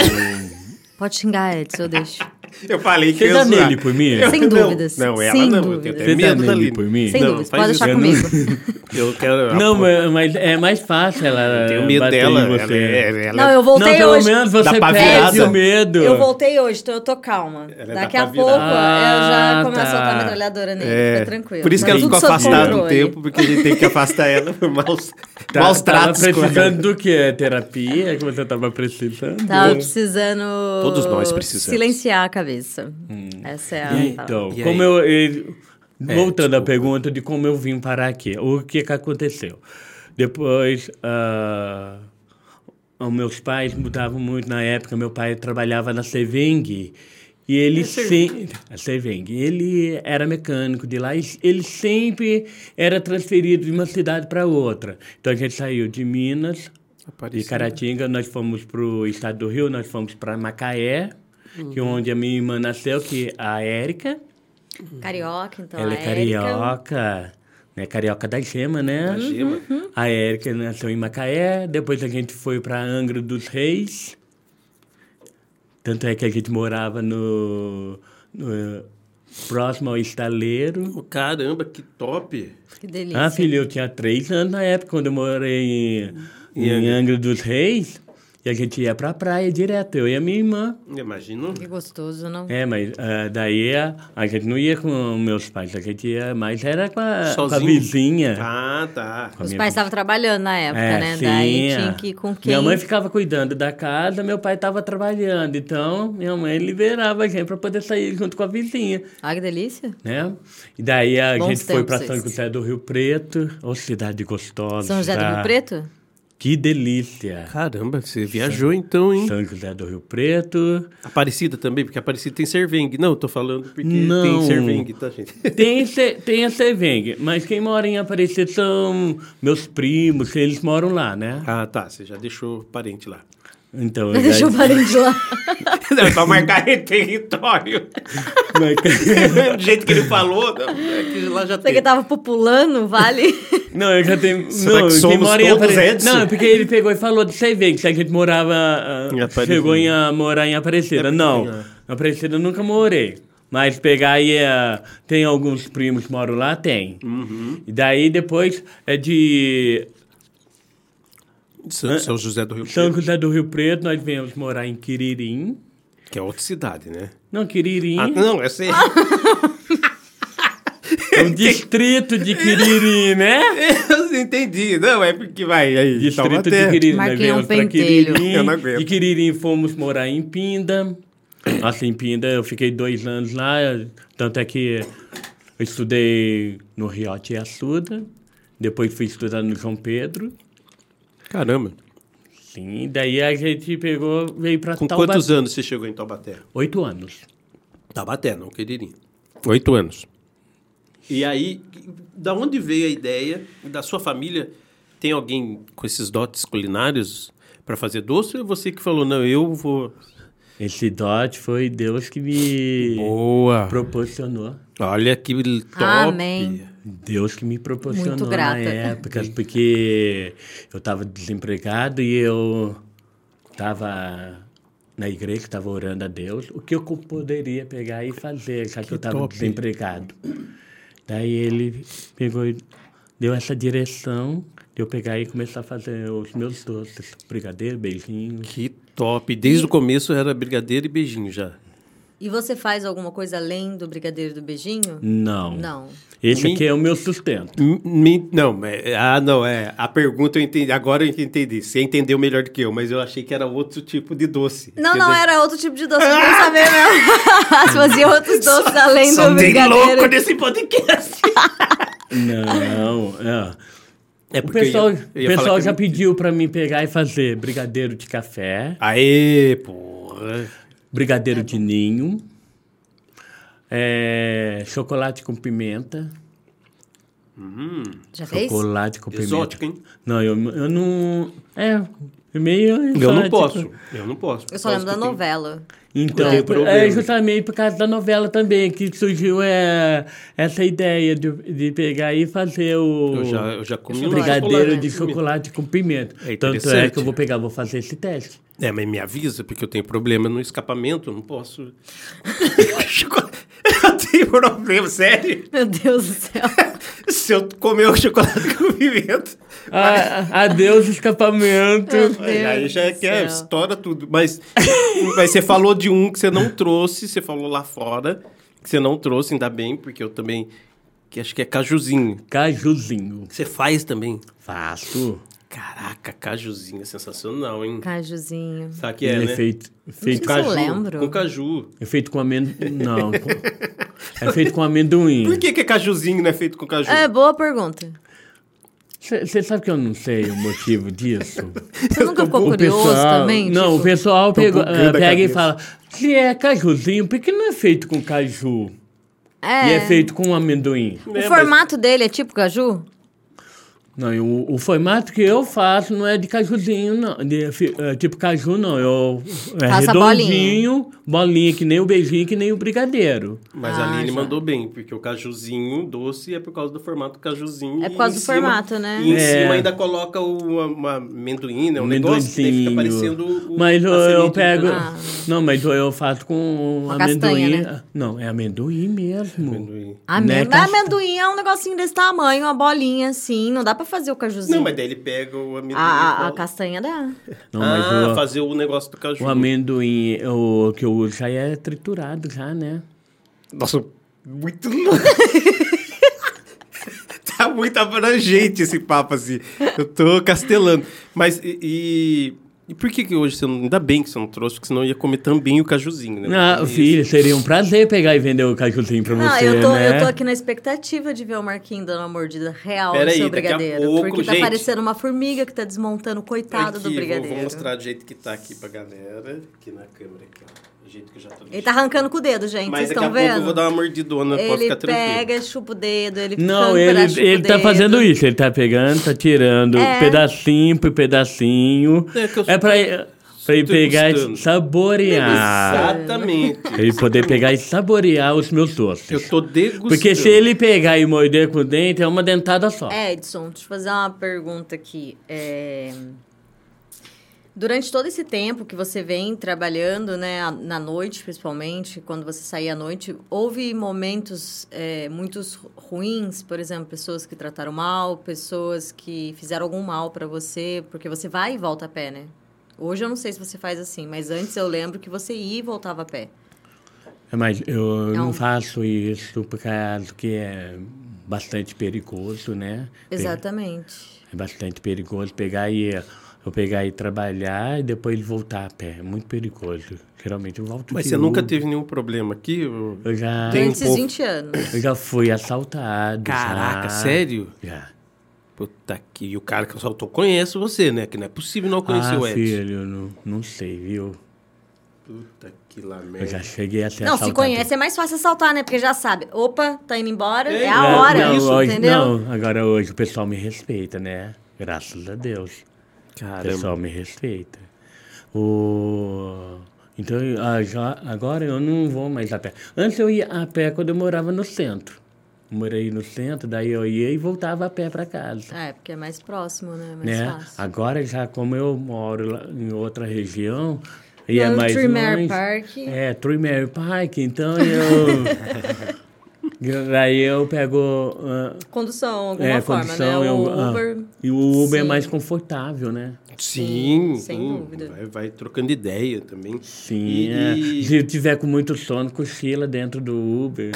Speaker 3: Pode xingar, Edson, eu deixo.
Speaker 2: Eu falei que
Speaker 4: Você
Speaker 2: eu
Speaker 4: dá
Speaker 2: ia zoar.
Speaker 4: nele por mim?
Speaker 2: Eu-
Speaker 3: Sem
Speaker 2: não.
Speaker 3: dúvidas,
Speaker 2: Não, ela
Speaker 3: sem
Speaker 2: não. Eu
Speaker 3: dúvidas.
Speaker 2: tenho até
Speaker 4: Você dá
Speaker 2: medo
Speaker 4: nele
Speaker 2: da Aline.
Speaker 4: por mim?
Speaker 3: Sem
Speaker 2: Não,
Speaker 3: dúvidas,
Speaker 2: faz
Speaker 3: pode
Speaker 2: isso.
Speaker 3: deixar
Speaker 4: eu
Speaker 3: comigo.
Speaker 2: Eu quero.
Speaker 4: Não, mas, mas é mais fácil ela.
Speaker 2: Eu tenho medo
Speaker 4: bater
Speaker 2: dela.
Speaker 4: em Você.
Speaker 2: Ela, é ela,
Speaker 3: Não, eu voltei
Speaker 4: não, pelo
Speaker 3: hoje.
Speaker 4: menos
Speaker 2: Dá
Speaker 4: você
Speaker 2: pra assim.
Speaker 4: perde
Speaker 2: virada.
Speaker 4: o medo.
Speaker 3: Eu voltei hoje, então eu tô calma.
Speaker 2: Ela é
Speaker 3: Daqui
Speaker 2: da
Speaker 3: a
Speaker 2: pra
Speaker 3: pouco
Speaker 4: virar.
Speaker 3: eu já
Speaker 4: Ah,
Speaker 3: começo a soltar
Speaker 4: tá.
Speaker 3: a metralhadora nele. Fica tranquilo.
Speaker 2: É, Por isso que
Speaker 3: Tá
Speaker 2: ela
Speaker 3: tudo
Speaker 2: ficou
Speaker 3: sob
Speaker 2: afastada um
Speaker 3: controle.
Speaker 2: tempo, porque a gente teve que afastar ela por maus,
Speaker 4: Tá-
Speaker 2: maus
Speaker 4: tava
Speaker 2: tratos com ela.
Speaker 4: precisando do quê? Terapia que você tava precisando?
Speaker 3: Tava precisando.
Speaker 2: Todos nós precisamos.
Speaker 3: Silenciar a cabeça.
Speaker 4: Hum.
Speaker 3: Essa é a. palavra.
Speaker 4: Então,
Speaker 2: E aí?
Speaker 4: como eu. e-
Speaker 2: É,
Speaker 4: voltando à
Speaker 2: desculpa.
Speaker 4: pergunta de como eu vim parar aqui, o que, que aconteceu? Depois, ah, os meus pais mudavam muito na época. Meu pai trabalhava na Seveng e ele sempre. A Seveng. Ele era mecânico de lá e ele sempre era transferido de uma cidade para outra. Então a gente saiu de Minas de Caratinga, nós fomos para o estado do Rio, nós fomos para Macaé, que é onde a minha irmã nasceu, que é a Érica.
Speaker 3: Carioca, então.
Speaker 4: Ela é
Speaker 3: a
Speaker 2: Ah,
Speaker 3: Érica.
Speaker 4: carioca, né? Carioca da gema, né?
Speaker 2: Da gema.
Speaker 4: A Érica nasceu em Macaé, depois a gente foi para Angra dos Reis. Tanto é que a gente morava no, no- próximo ao estaleiro.
Speaker 2: Pô, Caramba, que top.
Speaker 3: Que delícia.
Speaker 4: Ah, filho, eu tinha três anos na época, quando eu morei em, em Angra dos Reis. E a gente ia pra praia direto, eu e a minha irmã.
Speaker 2: Imagino.
Speaker 3: Que gostoso, não?
Speaker 4: É, mas ah, daí a, a gente não ia com meus pais, a gente ia mais era com a, com a
Speaker 2: Sozinho?
Speaker 4: vizinha.
Speaker 2: Ah, tá.
Speaker 4: Com a
Speaker 3: Os
Speaker 4: minha
Speaker 3: pais estavam trabalhando na época,
Speaker 4: É,
Speaker 3: né?
Speaker 4: sim,
Speaker 3: Daí
Speaker 4: é.
Speaker 3: tinha que ir com quem?
Speaker 4: Minha mãe ficava cuidando da casa, meu pai estava trabalhando. Então, minha mãe liberava a gente para poder sair junto com a vizinha,
Speaker 3: Ah, que delícia.
Speaker 4: né? E daí a
Speaker 3: Bons
Speaker 4: gente foi para
Speaker 3: tempos
Speaker 4: São
Speaker 3: esses.
Speaker 4: José do Rio Preto. Ô, cidade gostosa. tá?
Speaker 3: São José do Rio Preto?
Speaker 4: Que delícia.
Speaker 2: Caramba, você viajou então, hein?
Speaker 4: São José do Rio Preto.
Speaker 2: Aparecida também, porque Aparecida tem servengue. Não, eu tô falando porque
Speaker 4: Não.
Speaker 2: tem servengue, tá, gente?
Speaker 4: Tem, ce- tem a Seveng, mas quem mora em Aparecida são meus primos, eles moram lá, né?
Speaker 2: Ah, tá. Você já deixou parente lá.
Speaker 4: Então, eu
Speaker 3: Deixa eu
Speaker 4: já-
Speaker 3: parar de lá.
Speaker 2: Não, pra marcar em território. Do jeito que ele falou, não, é que lá já
Speaker 3: Você
Speaker 2: tem.
Speaker 3: que tava populando, vale?
Speaker 4: Não, eu já tenho.
Speaker 2: Será
Speaker 4: não,
Speaker 2: que
Speaker 4: quem
Speaker 2: somos
Speaker 4: mora em
Speaker 2: todos
Speaker 4: Apare-
Speaker 2: Edson?
Speaker 4: Não, é porque ele pegou e falou de Seveg, que a gente morava. ah,
Speaker 2: Em Aparecida.
Speaker 4: chegou em, a morar em Aparecida. não, em Aparecida eu nunca morei. Mas pegar aí. ah, tem alguns primos que moram lá? Tem.
Speaker 2: Uhum.
Speaker 4: E daí depois é de
Speaker 2: São, São José do Rio
Speaker 4: É. São
Speaker 2: Preto,
Speaker 4: José do Rio Preto, nós viemos morar em Quiririm.
Speaker 2: que é outra cidade, né?
Speaker 4: Não, Quiririm.
Speaker 2: Ah, não, eu sei.
Speaker 4: É o distrito de Quiririm, né?
Speaker 2: eu entendi. Não, é porque vai aí.
Speaker 4: Distrito de
Speaker 2: Taubaté.
Speaker 4: Quiririm. Nós
Speaker 3: Marquei um
Speaker 4: viemos pra
Speaker 3: pentelho.
Speaker 4: Quiririm.
Speaker 2: Eu não aguento.
Speaker 4: De Quiririm fomos morar em Pinda. Assim, em Pinda eu fiquei dois anos lá. Tanto é que eu estudei no Riote e Assuda. Depois fui estudar no São Pedro.
Speaker 2: Caramba.
Speaker 4: Sim, daí a gente pegou, veio pra
Speaker 2: Com
Speaker 4: Taubaté.
Speaker 2: quantos anos você chegou em Taubaté?
Speaker 4: Oito anos.
Speaker 2: Taubaté, não Quiririm. um Oito anos. E aí, da onde veio a ideia? Da sua família, tem alguém com esses dotes culinários para fazer doce? Ou é você que falou, não, eu vou...
Speaker 4: Esse dote foi Deus que me
Speaker 2: Boa!
Speaker 4: proporcionou.
Speaker 2: Olha que top!
Speaker 3: Amém.
Speaker 4: Deus que me proporcionou
Speaker 3: Muito grata. né?
Speaker 4: na época, porque eu estava desempregado e eu estava na igreja, estava orando a Deus, o que eu co- poderia pegar e fazer, já que, eu estava
Speaker 2: top.
Speaker 4: desempregado. Daí ele pegou e deu essa direção de eu pegar e começar a fazer os meus doces, brigadeiro, beijinho.
Speaker 2: Que top! Desde o começo era brigadeiro e beijinho já.
Speaker 3: E você faz alguma coisa além do brigadeiro e do beijinho?
Speaker 4: Não.
Speaker 3: Não.
Speaker 4: Esse
Speaker 2: Me-
Speaker 4: aqui é o meu sustento.
Speaker 2: M- me- não, é, ah, não, é. A pergunta eu entendi. Agora eu entendi. Você entendeu melhor do que eu, mas eu achei que era outro tipo de doce.
Speaker 3: Não,
Speaker 2: entendeu?
Speaker 3: não, era outro tipo de doce, eu queria saber mesmo. Se fazia outros doces além
Speaker 2: Só
Speaker 3: do
Speaker 2: tem louco
Speaker 3: brigadeiro.
Speaker 2: nesse podcast.
Speaker 4: Não, é.
Speaker 2: É
Speaker 4: o
Speaker 2: porque eu ia-
Speaker 4: pessoal,
Speaker 2: eu ia
Speaker 4: o
Speaker 2: falar
Speaker 4: pessoal
Speaker 2: que-
Speaker 4: já pediu pra mim pegar e fazer brigadeiro de café,
Speaker 2: Aê, porra.
Speaker 4: brigadeiro de ninho, é, chocolate com pimenta.
Speaker 3: Já fez?
Speaker 4: Chocolate com pimenta.
Speaker 2: Exótico, hein?
Speaker 4: Não, eu, eu não. É, é meio.
Speaker 2: Eu não posso.
Speaker 4: exótico.
Speaker 2: Eu não posso.
Speaker 3: Eu só lembro da
Speaker 2: Posso que tem-
Speaker 3: novela.
Speaker 4: Então,
Speaker 2: Tem
Speaker 4: é
Speaker 2: problema.
Speaker 4: justamente por causa da novela também, que surgiu é, essa ideia de, de pegar e fazer o.
Speaker 2: Eu já, eu já comi
Speaker 3: Esse
Speaker 2: um
Speaker 4: Brigadeiro de
Speaker 2: chocolate.
Speaker 4: chocolate com pimenta.
Speaker 2: É
Speaker 4: Tanto é
Speaker 2: interessante.
Speaker 4: que eu vou pegar, vou fazer esse teste.
Speaker 2: É, mas me avisa, porque eu tenho problema no escapamento, eu não posso. Chocolate- eu tenho problema, sério.
Speaker 3: Meu Deus do céu.
Speaker 2: Se eu comer o chocolate com pimenta.
Speaker 4: Ah, adeus, escapamento.
Speaker 3: Meu Deus
Speaker 2: aí já é
Speaker 3: do
Speaker 2: que é,
Speaker 3: céu.
Speaker 2: estoura tudo. Mas, mas você falou de um que você não trouxe, você falou lá fora, que você não trouxe, ainda bem, porque eu também. Que acho que é cajuzinho.
Speaker 4: Cajuzinho.
Speaker 2: Você faz também.
Speaker 4: Faço.
Speaker 2: Caraca, cajuzinho é sensacional, hein?
Speaker 3: Cajuzinho.
Speaker 2: Sabe o que é,
Speaker 4: Ele
Speaker 2: né?
Speaker 4: é feito,
Speaker 3: Isso
Speaker 4: feito,
Speaker 3: eu
Speaker 2: Caju,
Speaker 3: lembro.
Speaker 2: Com caju.
Speaker 4: é feito com amendoim. Não. com- É feito com amendoim.
Speaker 2: Por que, que é cajuzinho, não é feito com caju?
Speaker 3: É, boa pergunta.
Speaker 4: Você sabe que eu não sei o motivo disso?
Speaker 3: Você nunca ficou curioso também?
Speaker 4: Não, o
Speaker 3: tipo,
Speaker 4: pessoal pegou- ah,
Speaker 2: bugando a
Speaker 4: pega e
Speaker 2: cabeça.
Speaker 4: fala: se é cajuzinho, por que não é feito com caju?
Speaker 3: é,
Speaker 4: E é feito com amendoim?
Speaker 3: O formato dele é tipo caju?
Speaker 4: Não, e o, o formato que eu faço não é de cajuzinho, não. De, fi- é, tipo caju, não. Eu, é
Speaker 3: Faça
Speaker 4: redondinho, bolinha. que nem o beijinho, que nem o brigadeiro.
Speaker 2: Mas
Speaker 3: Ah,
Speaker 2: a Aline
Speaker 3: já.
Speaker 2: mandou bem, porque o cajuzinho doce é por causa do formato cajuzinho.
Speaker 3: É por
Speaker 2: e
Speaker 3: causa
Speaker 2: em
Speaker 3: do formato, né?
Speaker 2: E em
Speaker 4: É.
Speaker 2: cima ainda coloca o, uma, uma amendoim, né? Um negócio que daí fica
Speaker 4: Amendoinzinho.
Speaker 2: parecendo o, né?
Speaker 4: Mas eu,
Speaker 2: a
Speaker 4: eu
Speaker 2: semente.
Speaker 4: pego...
Speaker 3: Ah.
Speaker 4: Não, mas eu- eu faço com
Speaker 3: Uma
Speaker 4: amendoim.
Speaker 3: castanha, né?
Speaker 4: Não, é amendoim mesmo.
Speaker 2: Amendoim.
Speaker 3: Amen...
Speaker 4: Né, cast-
Speaker 3: Amendoim é um negocinho desse tamanho, uma bolinha assim, não dá pra fazer o cajuzinho.
Speaker 2: Não, mas daí ele pega o amendoim.
Speaker 3: A, a- a
Speaker 2: e fala-
Speaker 3: castanha dá.
Speaker 4: Não, mas
Speaker 2: ah,
Speaker 4: o,
Speaker 2: fazer o negócio do caju.
Speaker 4: o amendoim o, que eu uso já é triturado, já, né?
Speaker 2: Nossa, muito louco. tá muito abrangente esse papo, assim. Eu tô castelando. Mas, e... e- e por que que hoje você não... Ainda bem que você não trouxe, porque senão eu ia comer também o cajuzinho, né?
Speaker 4: Não,
Speaker 2: Isso.
Speaker 4: filho, seria um prazer pegar e vender o cajuzinho pra
Speaker 3: Ah,
Speaker 4: você,
Speaker 3: eu, tô,
Speaker 4: né?
Speaker 3: eu tô aqui na expectativa de ver o Marquinhos dando uma mordida real
Speaker 2: Pera
Speaker 3: no
Speaker 2: aí,
Speaker 3: seu
Speaker 2: daqui a
Speaker 3: brigadeiro.
Speaker 2: pouco,
Speaker 3: porque tá
Speaker 2: gente.
Speaker 3: parecendo uma formiga que tá desmontando o
Speaker 2: Aqui,
Speaker 3: coitado do
Speaker 2: vou-
Speaker 3: brigadeiro.
Speaker 2: Vou, mostrar do jeito que tá aqui pra galera. Aqui na câmera, aqui, ó. Do jeito que eu já tô
Speaker 3: Ele tá arrancando com o dedo, gente.
Speaker 2: Mas
Speaker 3: Vocês
Speaker 2: daqui a
Speaker 3: estão
Speaker 2: pouco
Speaker 3: vendo?
Speaker 2: eu vou dar uma mordidona, pode
Speaker 3: ele
Speaker 2: ficar tranquilo.
Speaker 3: pega, chupa o dedo, ele
Speaker 4: Não,
Speaker 3: câncora,
Speaker 4: ele,
Speaker 3: chupa o
Speaker 4: ele tá
Speaker 3: dedo.
Speaker 4: fazendo isso. Ele tá pegando, tá tirando
Speaker 3: É.
Speaker 4: pedacinho por pedacinho.
Speaker 2: É que eu
Speaker 4: É pra, pra ele
Speaker 2: estou
Speaker 4: pegar
Speaker 2: gostando.
Speaker 4: e saborear.
Speaker 2: Ah. Exatamente.
Speaker 4: Pra ele poder pegar e saborear os meus doces.
Speaker 2: Eu tô degustando.
Speaker 4: Porque se ele pegar e morder com o dente, é uma dentada só.
Speaker 3: É, Edson, deixa eu fazer uma pergunta aqui. É, Durante todo esse tempo que você vem trabalhando, né, a- na noite principalmente, quando você saía à noite, houve momentos é, muito ruins, por exemplo, pessoas que trataram mal, pessoas que fizeram algum mal pra você, porque você vai e volta a pé, né? Hoje eu não sei se você faz assim, mas antes eu lembro que você ia e voltava a pé.
Speaker 4: Mas eu não.
Speaker 3: Não.
Speaker 4: faço isso por causa que é bastante perigoso, né?
Speaker 3: Exatamente.
Speaker 4: É bastante perigoso pegar e eu pegar e trabalhar e depois ele voltar a pé. É muito perigoso. Geralmente eu volto
Speaker 2: Mas
Speaker 4: de
Speaker 2: você nunca
Speaker 4: Uber.
Speaker 2: teve nenhum problema aqui? ô?
Speaker 4: Eu já,
Speaker 2: Tem um
Speaker 3: Durante esses
Speaker 2: pouco.
Speaker 3: 20 anos.
Speaker 4: eu já fui assaltado.
Speaker 2: Caraca,
Speaker 4: já.
Speaker 2: sério?
Speaker 4: Já.
Speaker 2: Puta que... E o cara que assaltou conhece você, né? Que não é possível não conhecer
Speaker 4: Ah,
Speaker 2: o Edson.
Speaker 4: filho, eu não, não sei, viu?
Speaker 2: Puta que lá
Speaker 4: Eu
Speaker 2: merda.
Speaker 4: já cheguei a ser
Speaker 3: Não, se
Speaker 4: assaltado.
Speaker 3: conhece é mais fácil assaltar, né? Porque já sabe. Opa, tá indo embora,
Speaker 2: É,
Speaker 3: é
Speaker 2: não,
Speaker 3: a hora,
Speaker 4: não,
Speaker 3: isso,
Speaker 4: hoje,
Speaker 3: entendeu?
Speaker 4: Não, agora hoje o pessoal me respeita, né? Graças a Deus. O pessoal me respeita. O... Então, eu- ah, já- agora eu não vou mais a pé. Antes eu ia a pé quando eu morava no centro. Morei no centro, daí eu ia e voltava a pé para casa.
Speaker 3: É, porque é mais próximo, né? Mais
Speaker 4: né?
Speaker 3: fácil.
Speaker 4: Agora já como eu moro lá em outra região, e é
Speaker 3: Não,
Speaker 4: mais
Speaker 3: Tremere
Speaker 4: longe,
Speaker 3: Park.
Speaker 4: É, Tremere Park, então eu... daí eu pego... ah,
Speaker 3: Condução, alguma
Speaker 4: é,
Speaker 3: forma,
Speaker 4: condição
Speaker 3: né?
Speaker 4: é
Speaker 3: O
Speaker 4: um- ah,
Speaker 3: Uber.
Speaker 4: e o Uber é
Speaker 3: sim.
Speaker 4: mais confortável, né?
Speaker 2: Sim,
Speaker 3: Sim, sem
Speaker 2: hum,
Speaker 3: dúvida.
Speaker 2: Vai, vai trocando ideia também.
Speaker 4: Sim,
Speaker 2: E-
Speaker 4: é.
Speaker 2: e-
Speaker 4: Se tiver com muito sono, cochila dentro do Uber.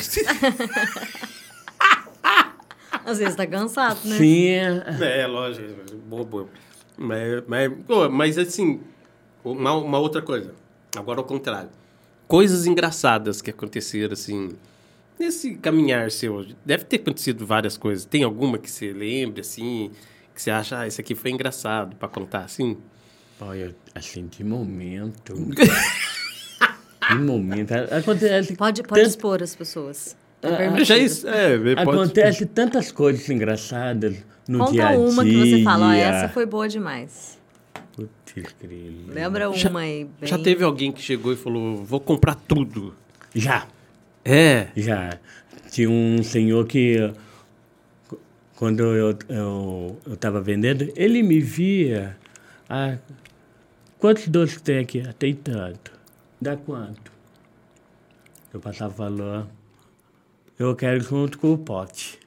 Speaker 3: Às vezes tá cansado, né?
Speaker 4: Sim, é.
Speaker 2: É, lógico, bobo. Mas, mas, pô, mas, assim, uma, uma outra coisa. Agora ao contrário. Coisas engraçadas que aconteceram, assim, nesse caminhar seu. Deve ter acontecido várias coisas. Tem alguma que você lembre, assim, que você acha, ah, isso aqui foi engraçado pra contar, assim?
Speaker 4: Olha, assim, de momento. de momento. Acontece.
Speaker 3: Pode, pode
Speaker 4: tanto-
Speaker 3: expor as pessoas. É
Speaker 4: Ah,
Speaker 3: permitido.
Speaker 2: Já isso, é, pode-
Speaker 4: acontece tantas coisas engraçadas no
Speaker 3: Conta
Speaker 4: dia a dia.
Speaker 3: uma que você fala, ó, essa foi boa demais.
Speaker 4: Putz, grilo.
Speaker 3: Lembra uma aí? Bem...
Speaker 2: Já teve alguém que chegou e falou, vou comprar tudo.
Speaker 4: Já.
Speaker 2: É.
Speaker 4: Já. Tinha um senhor que, qu- quando eu, eu, eu tava vendendo, ele me via. Ah, quantos doces tem aqui? Ah, Tem tanto. Dá quanto? Eu passava o valor. Eu quero junto com o pote.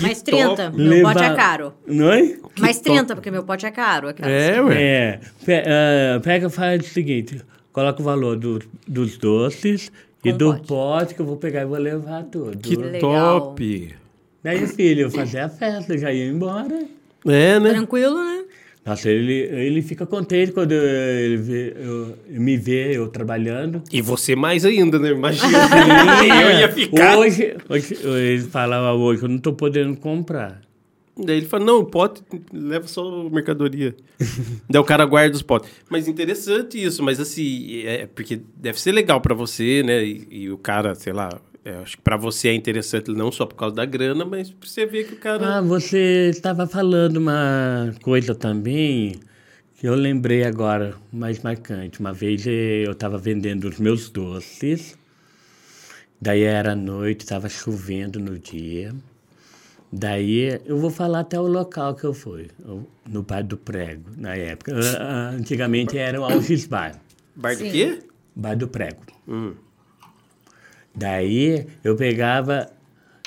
Speaker 3: Mais
Speaker 2: top.
Speaker 3: 30, meu pote é
Speaker 4: Leva-
Speaker 3: caro.
Speaker 4: Não é?
Speaker 3: Mais 30, porque meu pote é caro. aquelas-
Speaker 2: É, ué.
Speaker 4: É. Pe- ah, pega e faz o seguinte: coloca o valor do- dos doces e
Speaker 3: Com
Speaker 4: do
Speaker 3: pote.
Speaker 4: pote. que eu vou pegar e vou levar tudo.
Speaker 2: Que
Speaker 3: é Legal.
Speaker 2: top.
Speaker 4: Daí, filho, eu fazia a festa, já ia embora.
Speaker 2: É, né?
Speaker 3: Tranquilo, né?
Speaker 4: Nossa, ele, ele fica contente quando ele vê- eu- me vê eu trabalhando.
Speaker 2: E você mais ainda, né? Imagina. eu
Speaker 3: É.
Speaker 2: ia ficar.
Speaker 4: Hoje, hoje- ele falava hoje, eu não tô podendo comprar.
Speaker 2: Daí ele fala, não, o pote leva só a mercadoria. Daí o cara guarda os potes. Mas interessante isso, mas assim, é porque deve ser legal pra você, né? E, e o cara, sei lá, é, acho que pra você é interessante não só por causa da grana, mas pra você ver que o cara...
Speaker 4: Ah, você estava falando uma coisa também que eu lembrei agora, mais marcante. Uma vez eh, eu estava vendendo os meus doces, daí era noite, estava chovendo no dia. Daí eu vou falar até o local que eu fui, eu- no Bar do Prego, na época. Ah, ah, Antigamente era o Alves Bar.
Speaker 2: Bar de
Speaker 3: Sim.
Speaker 2: quê?
Speaker 4: Bar do Prego. Daí eu pegava,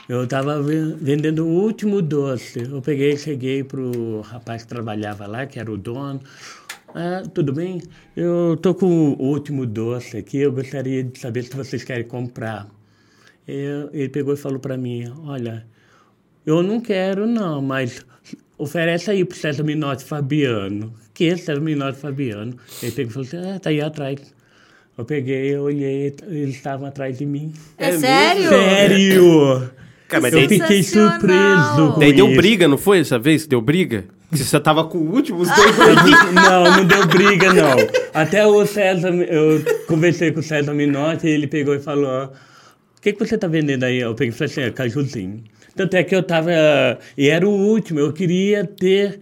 Speaker 4: Eu estava vendendo o último doce. Eu peguei, cheguei pro rapaz que trabalhava lá, que era o dono. Ah, tudo bem? Eu tô com o último doce aqui. Eu gostaria de saber se vocês querem comprar. Eu- ele pegou e falou para mim: Olha, eu não quero não, mas oferece aí pro César Minotti Fabiano. Que é César Minotti Fabiano? Ele pegou e falou assim: Ah, tá aí atrás. Eu peguei, eu olhei, eles estavam atrás de mim.
Speaker 3: É,
Speaker 2: É
Speaker 3: sério?
Speaker 4: Sério?
Speaker 2: Cara, mas
Speaker 4: eu
Speaker 2: daí,
Speaker 4: fiquei
Speaker 3: Sensacional.
Speaker 4: surpreso. Com
Speaker 2: daí deu um
Speaker 4: isso.
Speaker 2: briga, não foi essa vez? Deu briga? Que Você tava com o último, os dois
Speaker 4: Não, não deu briga, não. Até o César, eu conversei com o César Minotti e ele pegou e falou: O que, que você tá vendendo aí? Eu peguei e falei assim: "É, Cajuzinho. Tanto é que eu tava. E era o último, eu queria ter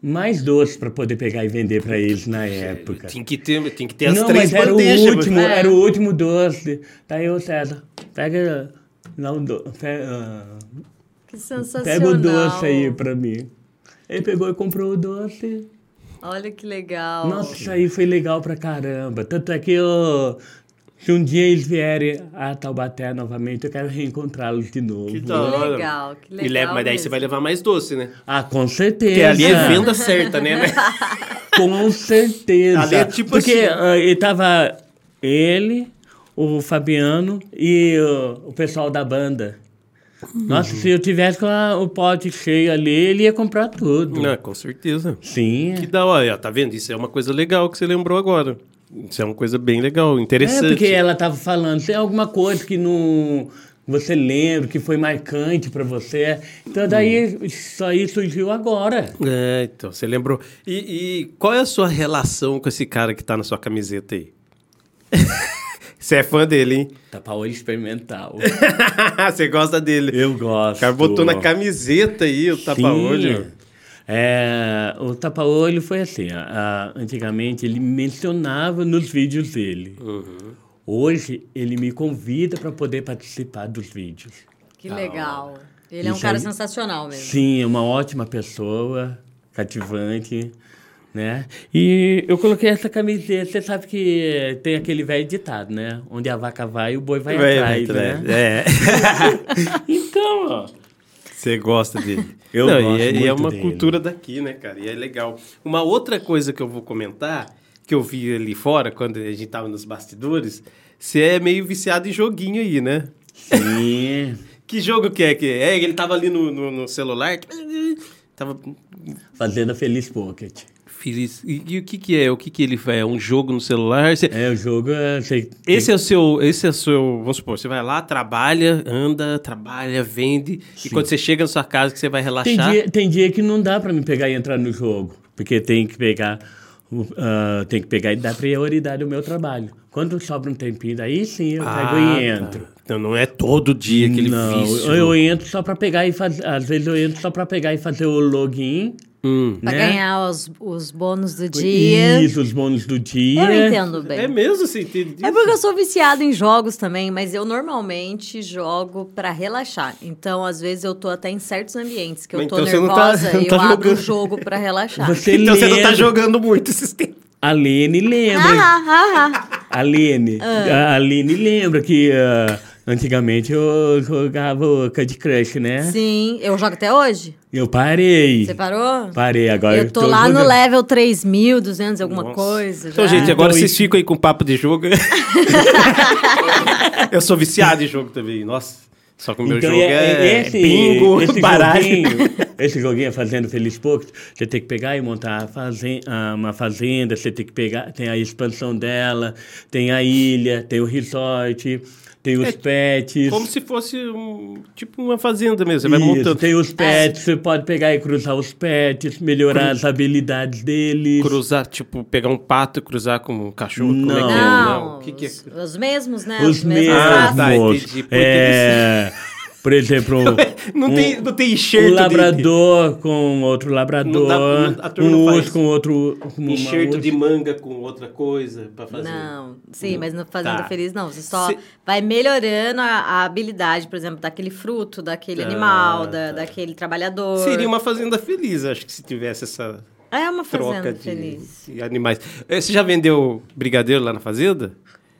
Speaker 4: mais doce para poder pegar e vender para eles na época.
Speaker 2: Tem que ter, tem que ter as
Speaker 4: não,
Speaker 2: três
Speaker 4: mas era o
Speaker 2: bandejas. né? mas-
Speaker 4: último,
Speaker 3: É.
Speaker 4: era o último doce. Daí o César, pega. Não, do, pega, ah,
Speaker 3: Que sensacional.
Speaker 4: pega o doce aí pra mim. Ele pegou e comprou o doce.
Speaker 3: Olha que legal.
Speaker 4: Nossa, isso aí foi legal pra caramba. Tanto é que eu, se um dia eles vierem a Taubaté novamente, eu quero reencontrá-los de novo.
Speaker 2: Que da hora.
Speaker 3: legal, que
Speaker 2: E leva-
Speaker 3: legal
Speaker 2: mas daí
Speaker 3: mesmo.
Speaker 2: você vai levar mais doce, né?
Speaker 4: Ah, com certeza.
Speaker 2: Porque ali é venda certa, né?
Speaker 4: Com certeza.
Speaker 2: Ali é tipo
Speaker 4: Porque
Speaker 2: assim,
Speaker 4: ah, ele tava ele, o Fabiano e o- o pessoal da banda. Nossa,
Speaker 2: Uhum.
Speaker 4: se eu tivesse com a- o pote cheio ali, ele ia comprar tudo.
Speaker 2: Não, com certeza.
Speaker 4: Sim. é.
Speaker 2: Que da hora, tá vendo? Isso é uma coisa legal que você lembrou agora. Isso é uma coisa bem legal,
Speaker 4: É,
Speaker 2: interessante.
Speaker 4: porque ela tava falando, tem alguma coisa que não você lembra, que foi marcante pra você. Então daí isso aí surgiu agora.
Speaker 2: É, então, você lembrou. E, e qual é a sua relação com esse cara que tá na sua camiseta aí? você é fã dele, hein?
Speaker 4: Tá pra hoje experimental.
Speaker 2: você gosta dele.
Speaker 4: Eu gosto.
Speaker 2: O cara botou na camiseta aí o
Speaker 4: Sim.
Speaker 2: tapa-olho.
Speaker 4: É, o tapa-olho foi assim. a- a- antigamente ele mencionava nos vídeos dele. Uhum. Hoje ele me convida para poder participar dos vídeos.
Speaker 3: Que
Speaker 2: Ah,
Speaker 3: legal. Ele é um
Speaker 4: Isso
Speaker 3: cara
Speaker 4: aí.
Speaker 3: sensacional mesmo.
Speaker 4: Sim, é uma ótima pessoa, cativante, né? E eu coloquei essa camiseta, você sabe que tem aquele velho ditado, né? Onde a vaca vai, o boi vai, atrás, né?
Speaker 2: É.
Speaker 4: Então, ó.
Speaker 2: Você gosta dele.
Speaker 4: Eu
Speaker 2: Não,
Speaker 4: gosto
Speaker 2: e é, e é
Speaker 4: muito
Speaker 2: uma
Speaker 4: dele.
Speaker 2: cultura daqui, né, cara? E é legal. Uma outra coisa que eu vou comentar, que eu vi ali fora, quando a gente tava nos bastidores, você é meio viciado em joguinho aí, né?
Speaker 4: Sim.
Speaker 2: Que jogo que é que é? Ele tava ali no, no, no celular, tipo, tava
Speaker 4: Fazenda Feliz Pocket.
Speaker 2: feliz. E, e o que que é? O que que ele faz? É um jogo no celular? Você-
Speaker 4: É, o jogo é. Você,
Speaker 2: Esse é o seu, esse é o seu, vamos supor, você vai lá, trabalha, anda, trabalha, vende, e quando você chega na sua casa que você vai
Speaker 4: Tem
Speaker 2: relaxar,
Speaker 4: dia, tem dia que não dá pra me pegar e entrar no jogo, porque tem que pegar, o- ah, tem que pegar e dar prioridade ao meu trabalho. Quando sobra um tempinho, daí sim eu pego e
Speaker 2: Ah, tá.
Speaker 4: entro.
Speaker 2: Então não é todo dia aquele
Speaker 4: não,
Speaker 2: vício.
Speaker 4: eu-
Speaker 3: É
Speaker 4: eu entro só pra pegar e fazer. Às vezes eu entro só pra pegar e fazer o login.
Speaker 2: Hum.
Speaker 3: Pra
Speaker 4: né?
Speaker 3: ganhar os, os bônus do dia.
Speaker 4: Isso, os bônus do dia.
Speaker 3: Eu entendo bem.
Speaker 2: É mesmo assim, tem...
Speaker 3: É porque eu sou viciada em jogos também, mas eu normalmente jogo pra relaxar. Então, às vezes, eu tô até em certos ambientes que eu
Speaker 2: Mas
Speaker 3: tô
Speaker 2: então você não tá-
Speaker 3: nervosa
Speaker 2: não
Speaker 3: e
Speaker 2: tá
Speaker 3: eu abro o
Speaker 2: jogando.
Speaker 3: jogo pra relaxar.
Speaker 4: Você
Speaker 2: Então você não tá
Speaker 4: lembra-
Speaker 2: jogando muito esses tempos.
Speaker 4: Aline lembra.
Speaker 3: Ah, ah, ah.
Speaker 4: Aline. A Aline lembra que ah, antigamente eu jogava o Candy Crush, né?
Speaker 3: Sim, eu jogo até hoje.
Speaker 4: Eu parei.
Speaker 3: Você parou?
Speaker 4: Parei, agora
Speaker 3: Eu tô lá no
Speaker 4: jogando.
Speaker 3: level 3200 alguma
Speaker 2: Nossa.
Speaker 3: coisa.
Speaker 2: Então,
Speaker 3: já.
Speaker 2: gente, agora
Speaker 4: Então,
Speaker 2: vocês
Speaker 4: isso-
Speaker 2: ficam aí com papo de jogo. eu sou viciado em jogo também, nossa. Só que o meu
Speaker 4: Então,
Speaker 2: jogo
Speaker 4: é-
Speaker 2: é,
Speaker 4: é esse-
Speaker 2: bingo,
Speaker 4: esse
Speaker 2: baralho.
Speaker 4: Joguinho, esse joguinho é Fazendo Feliz Pocket. Você tem que pegar e montar a fazen- ah, uma fazenda, você tem que pegar, tem a expansão dela, tem a ilha, tem o resort, tem os pets.
Speaker 2: É, Como se fosse um, tipo uma fazenda mesmo, você vai
Speaker 4: Isso,
Speaker 2: montando.
Speaker 4: Tem os pets, você pode pegar e cruzar os pets, melhorar as habilidades deles.
Speaker 2: Cruzar, tipo, pegar um pato e cruzar com um cachorro. Como é que é?
Speaker 3: Não,
Speaker 2: O que que é?
Speaker 3: os, os mesmos, né?
Speaker 4: Os mesmos.
Speaker 2: Ah, tá, entendi. Porque
Speaker 4: é, por exemplo,
Speaker 2: Não,
Speaker 4: um-
Speaker 2: tem, não tem enxerto
Speaker 4: Um
Speaker 2: de-
Speaker 4: labrador com outro labrador,
Speaker 2: Não dá- a turma
Speaker 4: um
Speaker 2: não
Speaker 4: urso
Speaker 2: faz.
Speaker 4: com outro... Com
Speaker 2: de
Speaker 4: uma
Speaker 2: enxerto
Speaker 4: ursa.
Speaker 2: de manga com outra coisa pra fazer.
Speaker 3: Não, sim, mas no Fazenda
Speaker 2: Tá.
Speaker 3: Feliz não. Você só
Speaker 2: Se-
Speaker 3: vai melhorando a, a habilidade, por exemplo, daquele fruto, daquele animal, da-
Speaker 2: Ah, tá.
Speaker 3: daquele trabalhador.
Speaker 2: Seria uma fazenda feliz, acho que se tivesse essa
Speaker 3: É uma
Speaker 2: troca
Speaker 3: Fazenda
Speaker 2: de,
Speaker 3: Feliz.
Speaker 2: de animais. Eh, Você já vendeu brigadeiro lá na fazenda?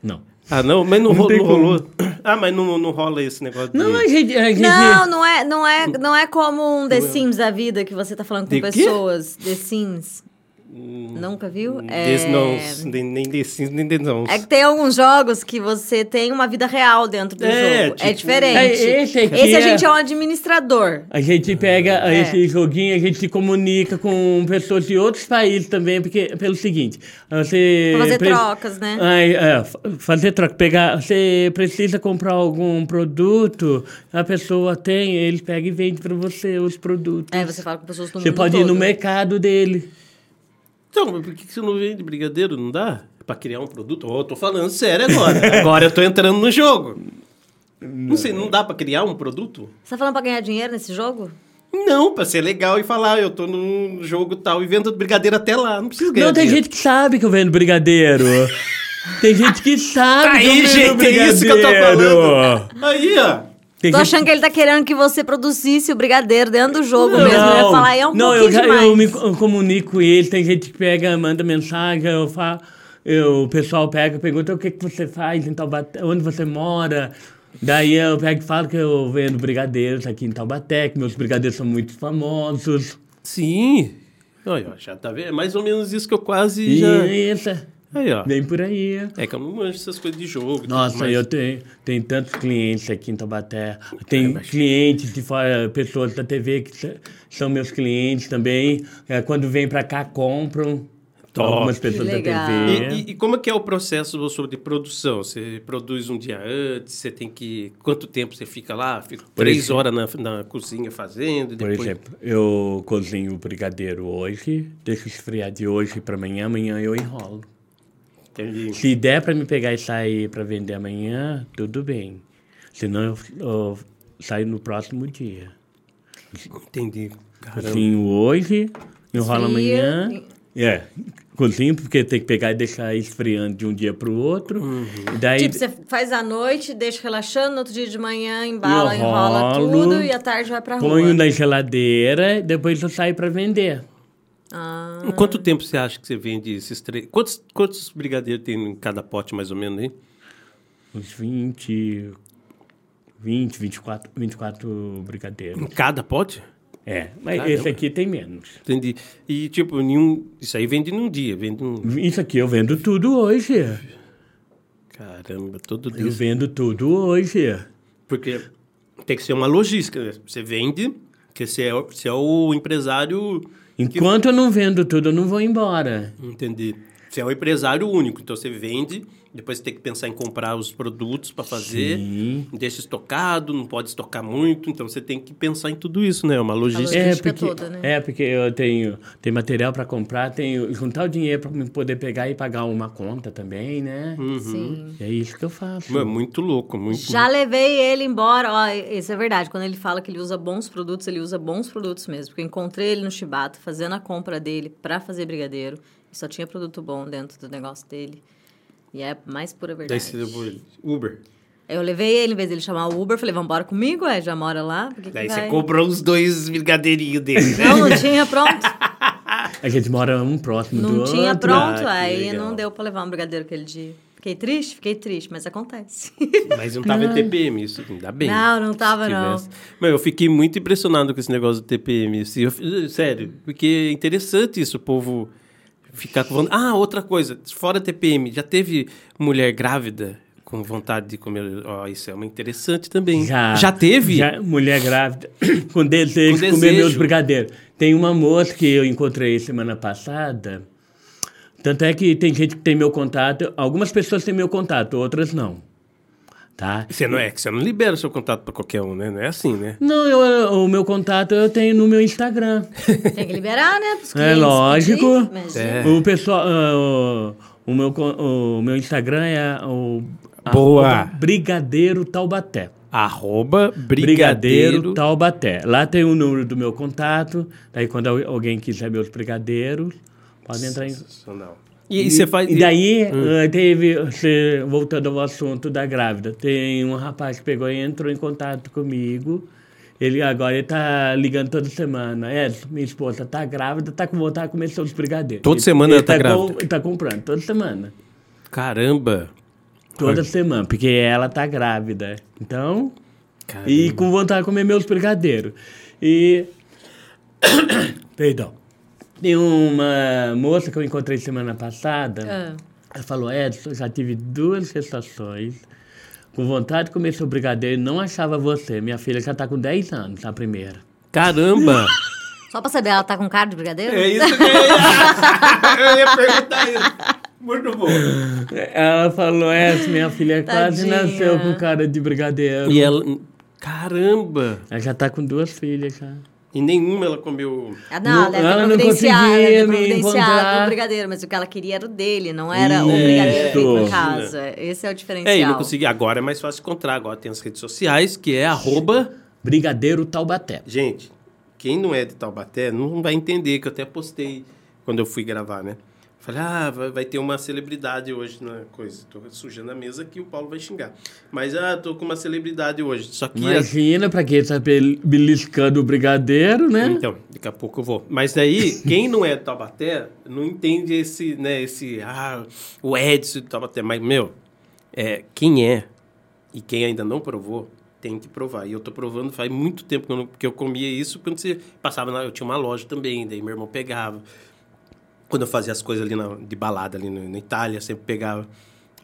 Speaker 4: Não.
Speaker 2: Ah, não? Mas não,
Speaker 4: Não
Speaker 2: ro-
Speaker 4: tem
Speaker 2: não rolou.
Speaker 4: como.
Speaker 2: Ah, mas não, não rola esse negócio
Speaker 4: Não,
Speaker 2: de...
Speaker 4: a gente. A gente
Speaker 3: Não, não é, não, é, não é como um The Sims da vida que você tá falando com
Speaker 2: De quê? Hum,
Speaker 3: pessoas. The Sims. Nunca viu?
Speaker 2: This knows, nem, nem The Sims, nem The Knows.
Speaker 3: É que tem alguns jogos que você tem uma vida real dentro do
Speaker 2: É,
Speaker 3: jogo.
Speaker 2: tipo-
Speaker 3: é diferente.
Speaker 4: É, esse aqui
Speaker 3: a
Speaker 4: é-
Speaker 3: gente é um administrador.
Speaker 4: A gente pega
Speaker 3: É.
Speaker 4: esse joguinho, a gente se comunica com pessoas de outros países também, porque pelo seguinte, você...
Speaker 3: Pra fazer trocas, né?
Speaker 4: Ai, é, fa- fazer troca, pegar, você precisa comprar algum produto, a pessoa tem, ele pega e vende pra você os produtos.
Speaker 3: É, você fala com pessoas do
Speaker 4: Você
Speaker 3: mundo
Speaker 4: pode ir no
Speaker 3: todo. né?
Speaker 4: mercado dele.
Speaker 2: Então, mas por que que você não vende brigadeiro? Não dá? Pra criar um produto? Ô, eu tô falando sério agora. agora eu tô entrando no jogo. Não, sei, não dá pra criar um produto?
Speaker 3: Você tá falando pra ganhar dinheiro nesse jogo?
Speaker 2: Não, pra ser legal e falar, "Ah, eu tô num jogo tal e vendo brigadeiro até lá. Não precisa ganhar
Speaker 4: Não, tem
Speaker 2: dinheiro.
Speaker 4: gente que sabe que eu vendo brigadeiro. tem gente que sabe que eu
Speaker 2: Aí,
Speaker 4: vendo
Speaker 2: gente, é
Speaker 4: brigadeiro.
Speaker 2: isso que eu tô falando. Aí, ó.
Speaker 4: Tem
Speaker 3: Tô
Speaker 4: gente
Speaker 3: achando que ele tá querendo que você produzisse o brigadeiro dentro do jogo mesmo. Eu ia falar, é um
Speaker 4: não,
Speaker 3: pouquinho
Speaker 4: eu, já-
Speaker 3: demais.
Speaker 4: eu me co- eu comunico com ele, tem gente que pega, manda mensagem, eu falo, eu, o pessoal pega, pergunta o que, que você faz em Taubaté, onde você mora. Daí eu pego e falo que eu vendo brigadeiros aqui em Taubaté, que meus brigadeiros são muito famosos.
Speaker 2: Sim. Aí, ó, já tá vendo? É mais ou menos isso que eu quase
Speaker 4: E é
Speaker 2: já...
Speaker 4: isso,
Speaker 2: Aí, ó.
Speaker 4: vem por aí.
Speaker 2: É que eu não manjo essas coisas de jogo. e tudo
Speaker 4: Nossa,
Speaker 2: mais.
Speaker 4: eu tenho, tenho tantos clientes aqui em Taubaté. Tem clientes de fora, pessoas da TV que s- são meus clientes também. É, quando vêm pra cá, compram.
Speaker 2: Top.
Speaker 4: Algumas pessoas
Speaker 3: Que
Speaker 4: da
Speaker 3: legal.
Speaker 4: TV.
Speaker 2: E, e- e como é que é o processo sobre produção? Você produz um dia antes, você tem que... Quanto tempo você fica lá? Fica três
Speaker 4: exemplo.
Speaker 2: horas na, na cozinha fazendo, e
Speaker 4: Por
Speaker 2: depois...
Speaker 4: exemplo, eu cozinho o brigadeiro hoje, deixo esfriar de hoje pra amanhã, amanhã eu enrolo.
Speaker 2: Entendi.
Speaker 4: Se der pra me pegar e sair pra vender amanhã, tudo bem. Senão eu, eu saio no próximo dia.
Speaker 2: Entendi. Caramba.
Speaker 4: Cozinho hoje,
Speaker 3: Esfria.
Speaker 4: enrola amanhã. É, cozinho porque tem que pegar e deixar esfriando de um dia pro outro. E daí
Speaker 3: Tipo, você faz à noite, deixa relaxando, no outro dia de manhã embala,
Speaker 4: Eu
Speaker 3: enrola
Speaker 4: rolo,
Speaker 3: tudo e à tarde vai pra rua.
Speaker 4: ponho na geladeira, depois eu saio pra vender.
Speaker 3: Ah,
Speaker 2: Em Quanto tempo você acha que você vende esses três? Quantos, quantos brigadeiros tem em cada pote, mais ou menos, aí?
Speaker 4: Uns 20, 20, 24, 24 brigadeiros.
Speaker 2: Em cada pote?
Speaker 4: É, mas
Speaker 2: Caramba.
Speaker 4: esse aqui tem menos.
Speaker 2: Entendi. E, tipo, nenhum... Isso aí vende num dia, vende num...
Speaker 4: Isso aqui eu vendo tudo hoje.
Speaker 2: Caramba, todo dia.
Speaker 4: Eu vendo tudo hoje.
Speaker 2: Porque tem que ser uma logística. né? Você vende, porque você é, o- você é o empresário.
Speaker 4: Enquanto eu não vendo tudo, eu não vou embora.
Speaker 2: Entendi. Você é o empresário único. Então você vende, depois você tem que pensar em comprar os produtos para fazer,
Speaker 4: Sim.
Speaker 2: deixa estocado, não pode estocar muito. Então você tem que pensar em tudo isso, né? É Uma logística.
Speaker 4: É
Speaker 3: logística
Speaker 4: porque,
Speaker 3: toda, né?
Speaker 4: é, porque eu tenho, tenho material para comprar, tenho juntar o dinheiro para poder pegar e pagar uma conta também, né?
Speaker 2: Hum.
Speaker 3: sim.
Speaker 4: É isso que eu faço.
Speaker 2: Mano, muito louco, muito.
Speaker 3: Já levei ele embora. Ó, isso é verdade. Quando ele fala que ele usa bons produtos, ele usa bons produtos mesmo. Porque eu encontrei ele no Chibata, fazendo a compra dele pra fazer brigadeiro. E só tinha produto bom dentro do negócio dele. E é a mais pura
Speaker 2: Daí
Speaker 3: verdade.
Speaker 2: você levou ele. Uber.
Speaker 3: Eu levei ele, em vez dele chamar o Uber, falei, vambora comigo, é, já mora lá. Por que que
Speaker 2: Daí
Speaker 3: vai?
Speaker 2: você comprou os dois brigadeirinhos dele, né?
Speaker 3: Não, não tinha pronto.
Speaker 4: A gente mora um próximo do
Speaker 3: Não
Speaker 4: outro. Ah,
Speaker 3: tinha pronto,
Speaker 2: que
Speaker 3: aí
Speaker 2: legal.
Speaker 3: não deu pra levar um brigadeiro aquele dia. Fiquei triste? Fiquei triste, mas acontece.
Speaker 2: Mas não tava em TPM, isso ainda bem.
Speaker 3: Não, não tava,
Speaker 2: Se
Speaker 3: não.
Speaker 2: tivesse. Mas eu fiquei muito impressionado com esse negócio do TPM. assim, eu fi- sério, porque é interessante isso, o povo ficar com vontade. Ah, outra coisa, fora TPM, já teve mulher grávida com vontade de comer? Ó, isso é uma interessante também.
Speaker 4: Já,
Speaker 2: teve?
Speaker 4: já- mulher grávida, com desejo
Speaker 2: Com
Speaker 4: de comer
Speaker 2: desejo.
Speaker 4: meus brigadeiros. Tem uma moça que eu encontrei semana passada. Tanto é que tem gente que tem meu contato. Algumas pessoas têm meu contato, outras não. Tá?
Speaker 2: Você não é que você não libera o seu contato pra qualquer um, né? Não é assim, né?
Speaker 4: Não, eu- o meu contato eu tenho no meu Instagram.
Speaker 3: Tem que liberar, né? Pros
Speaker 4: É
Speaker 3: clientes
Speaker 4: lógico.
Speaker 3: pedir, imagina.
Speaker 2: É.
Speaker 4: O pessoal. ah, o, o meu, con- o meu Instagram é o.
Speaker 2: Boa.
Speaker 4: arroba Brigadeiro Taubaté.
Speaker 2: Arroba
Speaker 4: Brigadeiro
Speaker 2: brigadeiro.
Speaker 4: Taubaté. Lá tem o número do meu contato. Daí, quando al- alguém quiser meus brigadeiros, pode entrar em.
Speaker 2: Sensacional. E, e você faz.
Speaker 4: E daí, ah, teve. você- voltando ao assunto da grávida, tem um rapaz que pegou e entrou em contato comigo. Ele agora ele tá ligando toda semana. É, minha esposa tá grávida, tá com vontade de comer seus brigadeiros.
Speaker 2: Toda
Speaker 4: Ele-
Speaker 2: semana
Speaker 4: ele
Speaker 2: ela tá
Speaker 4: com-
Speaker 2: grávida?
Speaker 4: ele tá comprando, toda semana.
Speaker 2: Caramba!
Speaker 4: Toda semana, porque ela tá grávida. Então. E com vontade de comer meus brigadeiros. E. Perdão. Tem uma moça que eu encontrei semana passada.
Speaker 3: Ah.
Speaker 4: Ela falou: Edson, eu já tive duas gestações. Com vontade de comer seu brigadeiro e não achava você. Minha filha já tá com 10 anos, a primeira.
Speaker 2: Caramba!
Speaker 3: Só pra saber, ela tá com cara de brigadeiro?
Speaker 2: É isso que eu ia, eu ia perguntar isso. Muito bom.
Speaker 4: Ela falou: Edson, minha filha quase
Speaker 3: Tadinha.
Speaker 4: nasceu com cara de brigadeiro.
Speaker 2: E ela. Caramba!
Speaker 4: Ela já tá com duas filhas, cara.
Speaker 2: E nenhuma ela comeu.
Speaker 3: Ah, não, ela
Speaker 4: Não, ela
Speaker 3: deve ter
Speaker 4: não
Speaker 3: providenciado, ela
Speaker 4: conseguia
Speaker 3: deve
Speaker 4: me
Speaker 3: providenciado
Speaker 4: encontrar.
Speaker 3: o brigadeiro, mas o que ela queria era o dele, não era o
Speaker 4: Isso.
Speaker 3: brigadeiro dele em
Speaker 4: Imagina.
Speaker 3: casa. Esse é o diferencial.
Speaker 2: É, e não consegui. Agora é mais fácil encontrar. Agora tem as redes sociais, que é arroba.
Speaker 4: Brigadeiro Taubaté.
Speaker 2: Gente, quem não é de Taubaté não vai entender, que eu até postei quando eu fui gravar, né? Falei, ah, vai, vai ter uma celebridade hoje na coisa. Tô sujando a mesa que o Paulo vai xingar. Mas, ah, tô com uma celebridade hoje. Só que... as-
Speaker 4: Imagina pra quem tá bel- beliscando o brigadeiro, né?
Speaker 2: Então, daqui a pouco eu vou. Mas daí, quem não é de Taubaté, não entende esse, né, esse, ah, o Edson de Taubaté. Mas, meu, é, quem é e quem ainda não provou, tem que provar. E eu tô provando faz muito tempo que eu, não- que eu comia isso, quando você passava, na, eu tinha uma loja também, daí meu irmão pegava. Quando eu fazia as coisas ali na- de balada ali no- na Itália, eu sempre pegava.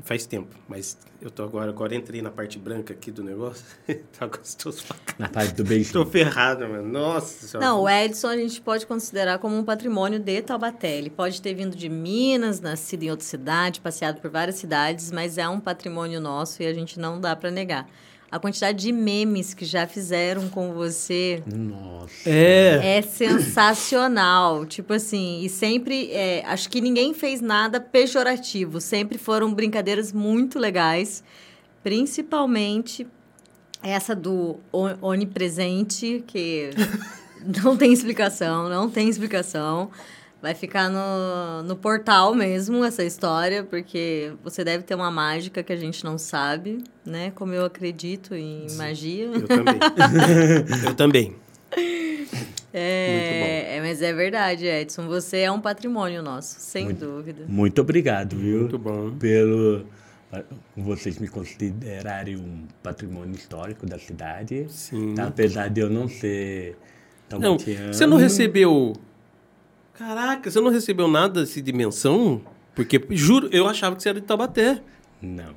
Speaker 2: Faz tempo, mas eu tô agora, agora entrei na parte branca aqui do negócio. tá gostoso pra caralho.
Speaker 4: Na parte do beijo.
Speaker 2: Tô ferrado, mano. Nossa senhora.
Speaker 3: Não, o Edson a gente pode considerar como um patrimônio de Taubaté. Ele pode ter vindo de Minas, nascido em outra cidade, passeado por várias cidades, mas é um patrimônio nosso e a gente não dá pra negar. A quantidade de memes que já fizeram com você
Speaker 4: Nossa.
Speaker 2: É.
Speaker 3: é sensacional. tipo assim, e sempre. é, acho que ninguém fez nada pejorativo. Sempre foram brincadeiras muito legais. Principalmente essa do on- onipresente, que não tem explicação, não tem explicação. Vai ficar no, no portal mesmo essa história, porque você deve ter uma mágica que a gente não sabe, né? Como eu acredito em magia.
Speaker 2: Eu também. eu também.
Speaker 3: É, é, mas é verdade, Edson. Você é um patrimônio nosso, sem dúvida.
Speaker 4: Muito obrigado, viu?
Speaker 2: Muito bom.
Speaker 4: Pelo vocês me considerarem um patrimônio histórico da cidade.
Speaker 2: Sim.
Speaker 4: tá? Apesar de eu não ser tão
Speaker 2: Não, você não recebeu. Caraca, você não recebeu nada assim, de dimensão? Porque, juro, eu achava que você era de Taubaté.
Speaker 4: Não.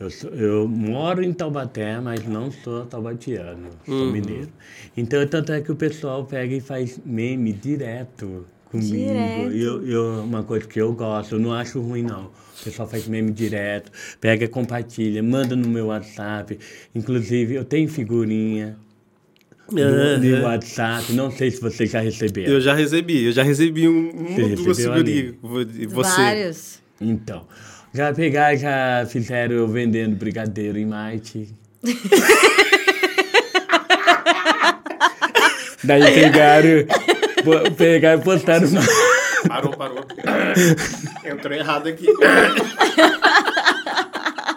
Speaker 4: Eu, sou- eu moro em Taubaté, mas não sou taubatiano, sou mineiro. Então, tanto é que o pessoal pega e faz meme direto comigo.
Speaker 3: Direto.
Speaker 4: E Eu, eu, uma coisa que eu gosto, eu não acho ruim, não. O pessoal faz meme direto, pega, compartilha, manda no meu WhatsApp. Inclusive, eu tenho figurinha do, de WhatsApp, não sei se vocês já receberam.
Speaker 2: Ah, Eu já recebi, eu já recebi um, uma ou duas
Speaker 4: recebeu ali.
Speaker 2: figurinhas. vo- de Você.
Speaker 3: Vários.
Speaker 4: Então, já pegaram, já fizeram eu vendendo brigadeiro em Marte. Daí pegaram, po- pegaram e postaram uma...
Speaker 2: Parou, parou. Entrou errado aqui.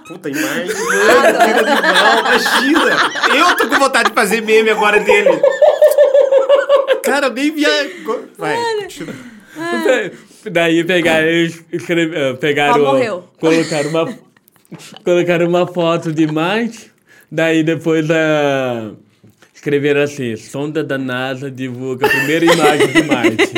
Speaker 2: Puta imagem. Imagina! Eu tô com vontade de fazer meme agora dele. Cara, eu nem via. Vai.
Speaker 4: Daí pegaram, es- escreve- eh, pegaram
Speaker 3: Qual morreu?
Speaker 4: colocaram uma colocaram uma foto de Marte, daí depois ah, escreveram assim, sonda da NASA divulga a primeira imagem de Marte.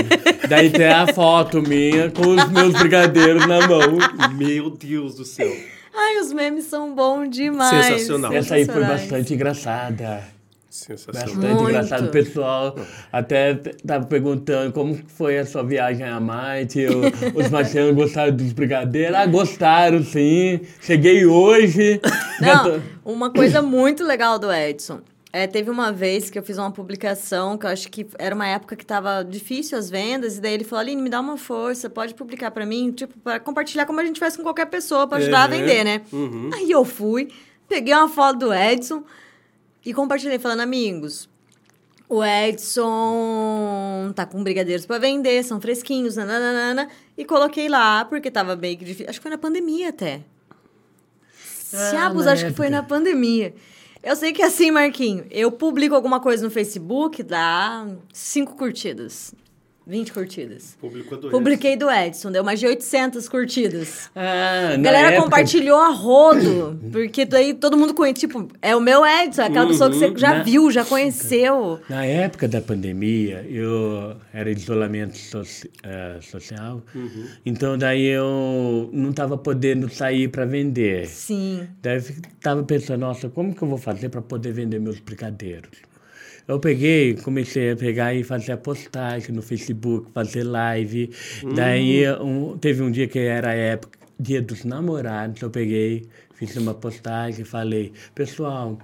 Speaker 4: daí tem a foto minha com os meus brigadeiros na mão.
Speaker 2: Meu Deus do céu.
Speaker 3: Ai, os memes são bons demais.
Speaker 2: Sensacional.
Speaker 4: Essa aí foi
Speaker 3: sensacionais.
Speaker 4: bastante engraçada.
Speaker 2: Sensacional.
Speaker 4: Bastante
Speaker 3: Muito.
Speaker 4: engraçada. O pessoal até t- tava perguntando como que foi a sua viagem a Marte. Eu- os marcianos gostaram dos brigadeiros. Ah, gostaram, sim. Cheguei hoje. Já
Speaker 3: Não, uma coisa muito legal do Edson. É, teve uma vez que eu fiz uma publicação que eu acho que era uma época que tava difícil as vendas, e daí ele falou: Aline, me dá uma força, pode publicar pra mim, tipo, pra compartilhar como a gente faz com qualquer pessoa pra ajudar a
Speaker 2: Uhum.
Speaker 3: vender, né? Aí eu fui, peguei uma foto do Edson e compartilhei, falando: amigos, o Edson tá com brigadeiros pra vender, são fresquinhos, nananana. E coloquei lá, porque tava bem que difícil. Acho que foi na pandemia até. Se
Speaker 4: Ah,
Speaker 3: abusar,
Speaker 4: na
Speaker 3: acho que foi
Speaker 4: época.
Speaker 3: na pandemia. Eu sei que é assim, Marquinho. Eu publico alguma coisa no Facebook, dá cinco curtidas. 20 curtidas.
Speaker 2: Publicou do
Speaker 3: Publiquei do Edson, deu mais de 800 curtidas.
Speaker 4: Ah,
Speaker 3: A
Speaker 4: na
Speaker 3: galera
Speaker 4: época-
Speaker 3: compartilhou a rodo, porque daí todo mundo conhece, tipo, é o meu Edson, é aquela pessoa que você já
Speaker 4: né?
Speaker 3: viu, já conheceu.
Speaker 4: Na época da pandemia, eu era em isolamento soci- eh, social,
Speaker 3: Uhum.
Speaker 4: então daí eu não estava podendo sair para vender.
Speaker 3: Sim.
Speaker 4: Daí estava pensando, nossa, como que eu vou fazer para poder vender meus brigadeiros? Eu peguei, comecei a pegar e fazer a postagem no Facebook, fazer live. Daí um- teve um dia que era a época, dia dos namorados, eu peguei, fiz uma postagem e falei, pessoal,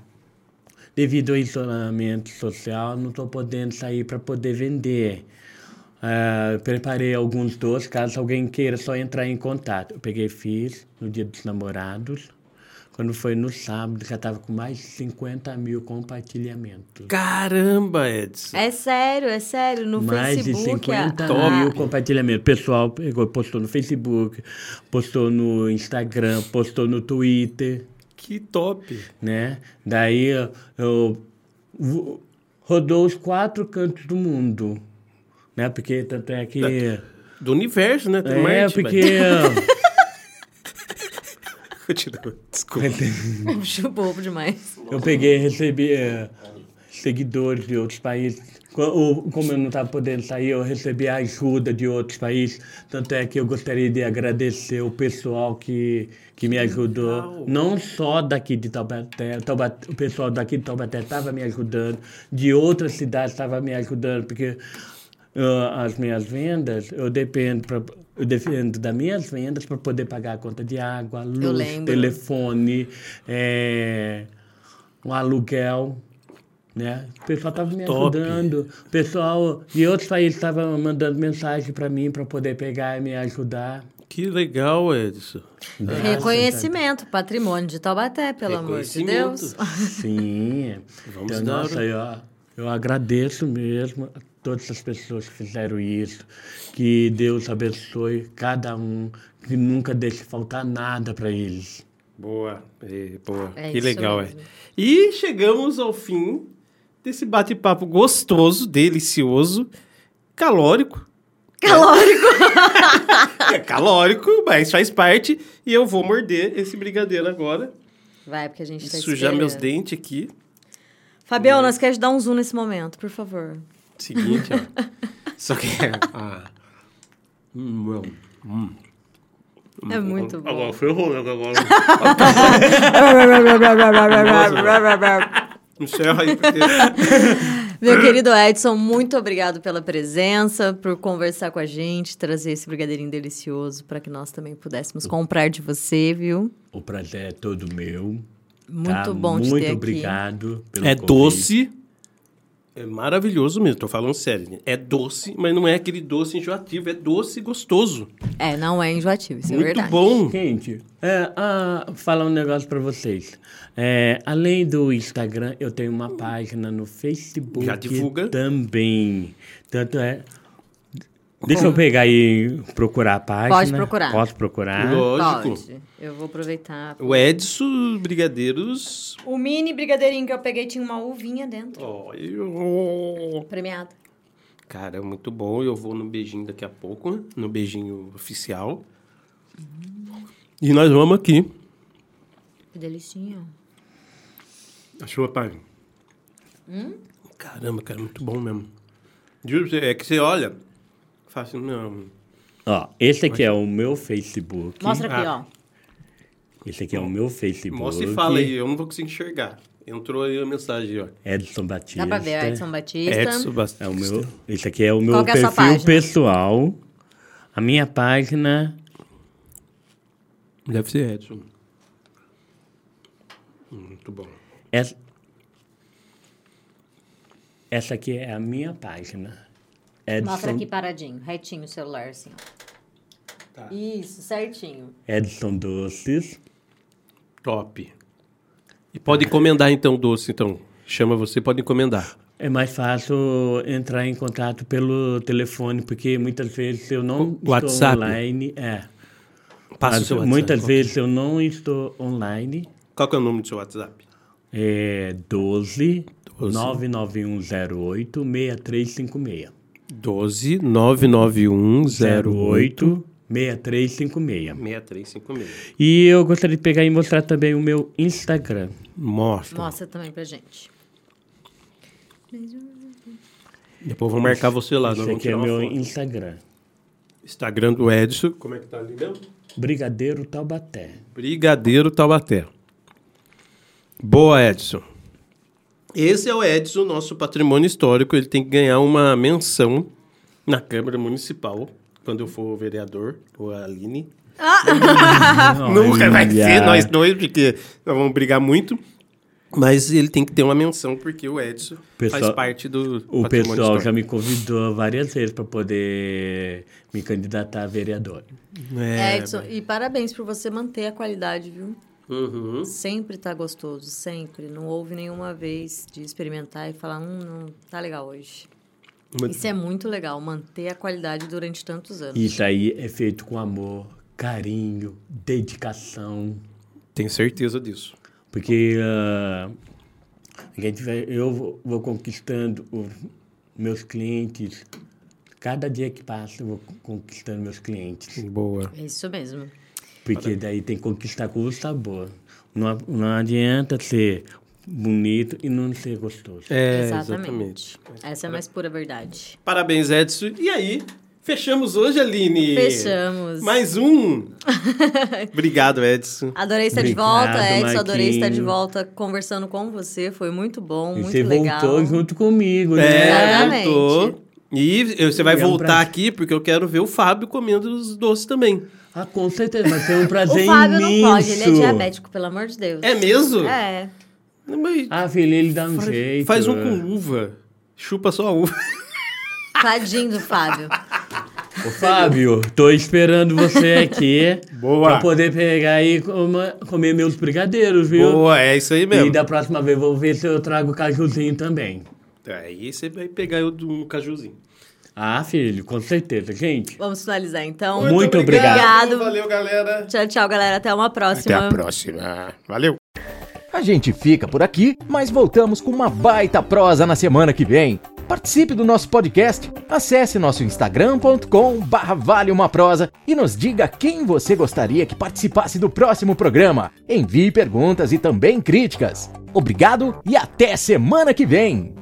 Speaker 4: devido ao isolamento social, não estou podendo sair para poder vender. Ah, preparei alguns doces, caso alguém queira só entrar em contato. Eu peguei e fiz no dia dos namorados. Quando foi no sábado, já estava com mais de 50 mil compartilhamentos.
Speaker 2: Caramba, Edson.
Speaker 3: É sério, é sério. No
Speaker 4: mais de
Speaker 3: Facebook. a-
Speaker 4: 50
Speaker 3: a-
Speaker 4: mil compartilhamentos. O pessoal pegou, postou no Facebook, postou no Instagram, postou no Twitter.
Speaker 2: Que top.
Speaker 4: né? Daí eu, eu vo- rodou os quatro cantos do mundo, né? Porque tanto é que
Speaker 2: Do universo, né? Tem
Speaker 4: é
Speaker 2: Marte,
Speaker 4: porque
Speaker 2: velho. Continua. Desculpa.
Speaker 3: Puxa, bobo demais.
Speaker 4: eu peguei e recebi eh, seguidores de outros países. Co- o- Como eu não estava podendo sair, eu recebi a ajuda de outros países. Tanto é que eu gostaria de agradecer o pessoal que, que me ajudou. Não só daqui de Taubaté, Taubaté, o pessoal daqui de Taubaté estava me ajudando, de outras cidades estava me ajudando, porque ah, as minhas vendas, eu dependo, pra, eu dependo das minhas vendas para poder pagar a conta de água, luz,
Speaker 3: lembro.
Speaker 4: telefone, eh, um aluguel. Né? O pessoal estava me
Speaker 2: Top.
Speaker 4: ajudando. O pessoal de outros países estava mandando mensagem para mim para poder pegar e me ajudar.
Speaker 2: Que legal, Edson.
Speaker 3: Reconhecimento, patrimônio de Taubaté, pelo amor de Deus.
Speaker 4: Sim.
Speaker 2: Vamos
Speaker 4: então,
Speaker 2: dar- um-
Speaker 4: nossa, eu, eu agradeço mesmo a todas as pessoas que fizeram isso. Que Deus abençoe cada um, que nunca deixe faltar nada para eles.
Speaker 2: Boa, é, boa.
Speaker 3: É
Speaker 2: que
Speaker 3: isso
Speaker 2: legal, é.
Speaker 3: mesmo.
Speaker 2: E chegamos ao fim desse bate-papo gostoso, delicioso, calórico.
Speaker 3: Calórico.
Speaker 2: É calórico, mas faz parte. E eu vou morder esse brigadeiro agora.
Speaker 3: Vai, porque a gente tá
Speaker 2: sujar meus
Speaker 3: esperando.
Speaker 2: dentes aqui.
Speaker 3: Fabião, não esquece de dar um zoom nesse momento, por favor.
Speaker 2: Seguinte, ó. Só que. Ah. Hum, meu.
Speaker 3: É muito bom.
Speaker 2: Agora foi ruim, agora. Encerra aí, porque.
Speaker 3: Meu querido Edson, muito obrigado pela presença, por conversar com a gente, trazer esse brigadeirinho delicioso para que nós também pudéssemos comprar de você, viu?
Speaker 4: O prazer é todo meu.
Speaker 3: Muito
Speaker 4: tá?
Speaker 3: bom te
Speaker 4: Muito
Speaker 3: ter aqui.
Speaker 4: obrigado pelo
Speaker 2: É
Speaker 4: convite.
Speaker 2: doce. É maravilhoso mesmo, tô falando sério. né? É doce, mas não é aquele doce enjoativo, é doce gostoso.
Speaker 3: É, não é enjoativo, isso é
Speaker 2: Muito
Speaker 3: verdade.
Speaker 2: bom.
Speaker 4: Gente, é, ah, falar um negócio pra vocês. É, além do Instagram, eu tenho uma página no Facebook
Speaker 2: Já divulga.
Speaker 4: também. Tanto é. Deixa eu pegar e procurar a página.
Speaker 3: procurar.
Speaker 4: Posso
Speaker 2: Ah,
Speaker 4: procurar?
Speaker 2: Lógico.
Speaker 3: Pode. Eu vou aproveitar.
Speaker 2: O Edson Brigadeiros.
Speaker 3: O mini brigadeirinho que eu peguei tinha uma uvinha dentro.
Speaker 2: Ó, eu-
Speaker 3: Premiada.
Speaker 2: Cara, é muito bom. Eu vou no beijinho daqui a pouco, no beijinho oficial. E nós vamos aqui.
Speaker 3: Que delicinha.
Speaker 2: Achou, pai?
Speaker 3: Hum?
Speaker 2: Caramba, cara, muito bom mesmo. Juro, pra você, é que você olha, fala assim, não.
Speaker 4: Ó, esse aqui é o meu Facebook.
Speaker 3: Mostra aqui,
Speaker 2: Ah.
Speaker 3: ó.
Speaker 4: Esse aqui é o meu Facebook.
Speaker 2: Mostra e fala aí, eu não vou conseguir enxergar. Entrou aí a mensagem, ó.
Speaker 4: Edson Batista.
Speaker 3: Dá pra ver, Edson Batista.
Speaker 2: Batista.
Speaker 4: É o meu, esse aqui é o meu
Speaker 3: Qual que é a sua
Speaker 4: perfil
Speaker 3: página?
Speaker 4: pessoal. A minha página
Speaker 2: Deve ser Edson. Hum, Muito bom.
Speaker 4: Essa, essa aqui é a minha página. Edson,
Speaker 3: Mostra aqui paradinho, retinho o celular, assim, ó. Tá. Isso, certinho.
Speaker 4: Edson Doces.
Speaker 2: Top. E pode encomendar então doce, então. Chama você, pode encomendar.
Speaker 4: É mais fácil entrar em contato pelo telefone, porque muitas vezes eu não
Speaker 2: O WhatsApp?
Speaker 4: estou online. É.
Speaker 2: Passa o
Speaker 4: Às-
Speaker 2: seu WhatsApp.
Speaker 4: muitas
Speaker 2: Qual-
Speaker 4: vezes eu não estou online.
Speaker 2: Qual que é o número do seu WhatsApp?
Speaker 4: um É 12, 99108 6356.
Speaker 5: 12 991 08
Speaker 4: 08 6356.
Speaker 2: 6356.
Speaker 4: E eu gostaria de pegar e mostrar também o meu Instagram.
Speaker 2: Tá.
Speaker 5: Mostra.
Speaker 3: Mostra também pra gente.
Speaker 5: Depois
Speaker 2: Vou
Speaker 5: vamos
Speaker 2: marcar você lá, nós
Speaker 4: Esse
Speaker 2: vamos
Speaker 4: aqui é
Speaker 2: tirar uma
Speaker 4: meu
Speaker 2: foto.
Speaker 4: Instagram.
Speaker 5: Instagram do Edson,
Speaker 2: Como é que tá ali mesmo?
Speaker 4: Brigadeiro Taubaté.
Speaker 5: Brigadeiro Taubaté. Boa, Edson.
Speaker 2: Esse é o Edson, nosso patrimônio histórico. Ele tem que ganhar uma menção na Câmara Municipal, quando eu for vereador, ou a Aline. Ah, Nunca vai ser nós dois, porque nós vamos brigar muito. Mas ele tem que ter uma menção, porque o Edson faz
Speaker 4: Pessoal-
Speaker 2: parte do
Speaker 4: O
Speaker 2: patrimônio
Speaker 4: pessoal
Speaker 2: histórico.
Speaker 4: já me convidou várias vezes para poder me candidatar a vereador.
Speaker 3: É, Edson, e parabéns por você manter a qualidade, viu?
Speaker 2: Uhum.
Speaker 3: Sempre tá gostoso, sempre. Não houve nenhuma vez de experimentar e falar, hum, não tá legal hoje.
Speaker 5: Mas-
Speaker 3: Isso é muito legal, manter a qualidade durante tantos anos.
Speaker 4: Isso aí é feito com amor, carinho, dedicação.
Speaker 3: é-
Speaker 5: Tenho certeza disso.
Speaker 4: Porque ah, a gente vai, eu vou, vou conquistando os meus clientes. Cada dia que passa, eu vou conquistando meus clientes.
Speaker 5: Boa.
Speaker 3: É isso mesmo.
Speaker 4: Porque daí tem que conquistar com o sabor. Não, a- não adianta ser bonito e não ser gostoso.
Speaker 5: É,
Speaker 3: exatamente. Essa é a mais pura verdade.
Speaker 2: Parabéns, Edson. E aí, fechamos hoje, Aline.
Speaker 3: Fechamos.
Speaker 2: Mais um. Obrigado, Edson.
Speaker 3: Adorei estar de
Speaker 4: Obrigado,
Speaker 3: volta, Edson. Adorei estar de
Speaker 4: Marquinho.
Speaker 3: volta conversando com você. Foi muito bom,
Speaker 4: e
Speaker 3: muito
Speaker 4: você
Speaker 3: legal.
Speaker 4: voltou junto comigo, né?
Speaker 2: É,
Speaker 3: Exatamente.
Speaker 2: voltou. E eu- você vai
Speaker 4: É um
Speaker 2: voltar
Speaker 4: prazer.
Speaker 2: aqui porque eu quero ver o Fábio comendo os doces também.
Speaker 4: Ah, com certeza, mas foi um prazer
Speaker 3: O Fábio
Speaker 4: imenso.
Speaker 3: não pode, ele é diabético, pelo amor de Deus.
Speaker 2: É mesmo?
Speaker 3: É.
Speaker 2: Mas
Speaker 4: Ah, filho, ele dá um jeito.
Speaker 2: Faz um com uva. Chupa só a uva.
Speaker 3: Tadinho do Fábio.
Speaker 4: Ô, Fábio, tô esperando você aqui.
Speaker 5: Boa.
Speaker 4: Pra poder pegar e coma- comer meus brigadeiros, viu?
Speaker 2: Boa, é isso aí
Speaker 4: E
Speaker 2: mesmo.
Speaker 4: da próxima vez vou ver se eu trago cajuzinho também.
Speaker 2: Aí você vai pegar eu do um cajuzinho.
Speaker 4: Ah, filho, com certeza, gente.
Speaker 3: Vamos finalizar então.
Speaker 4: Muito obrigado.
Speaker 3: Obrigado. Uhum.
Speaker 2: Valeu, galera.
Speaker 3: Tchau, tchau, galera. Até uma próxima.
Speaker 5: próxima. Valeu.
Speaker 1: A gente fica por aqui, mas voltamos com uma baita prosa na semana que vem. Participe do nosso podcast, acesse nosso instagram.com barra vale uma prosa e nos diga quem você gostaria que participasse do próximo programa. Envie perguntas e também críticas. Obrigado e até semana que vem!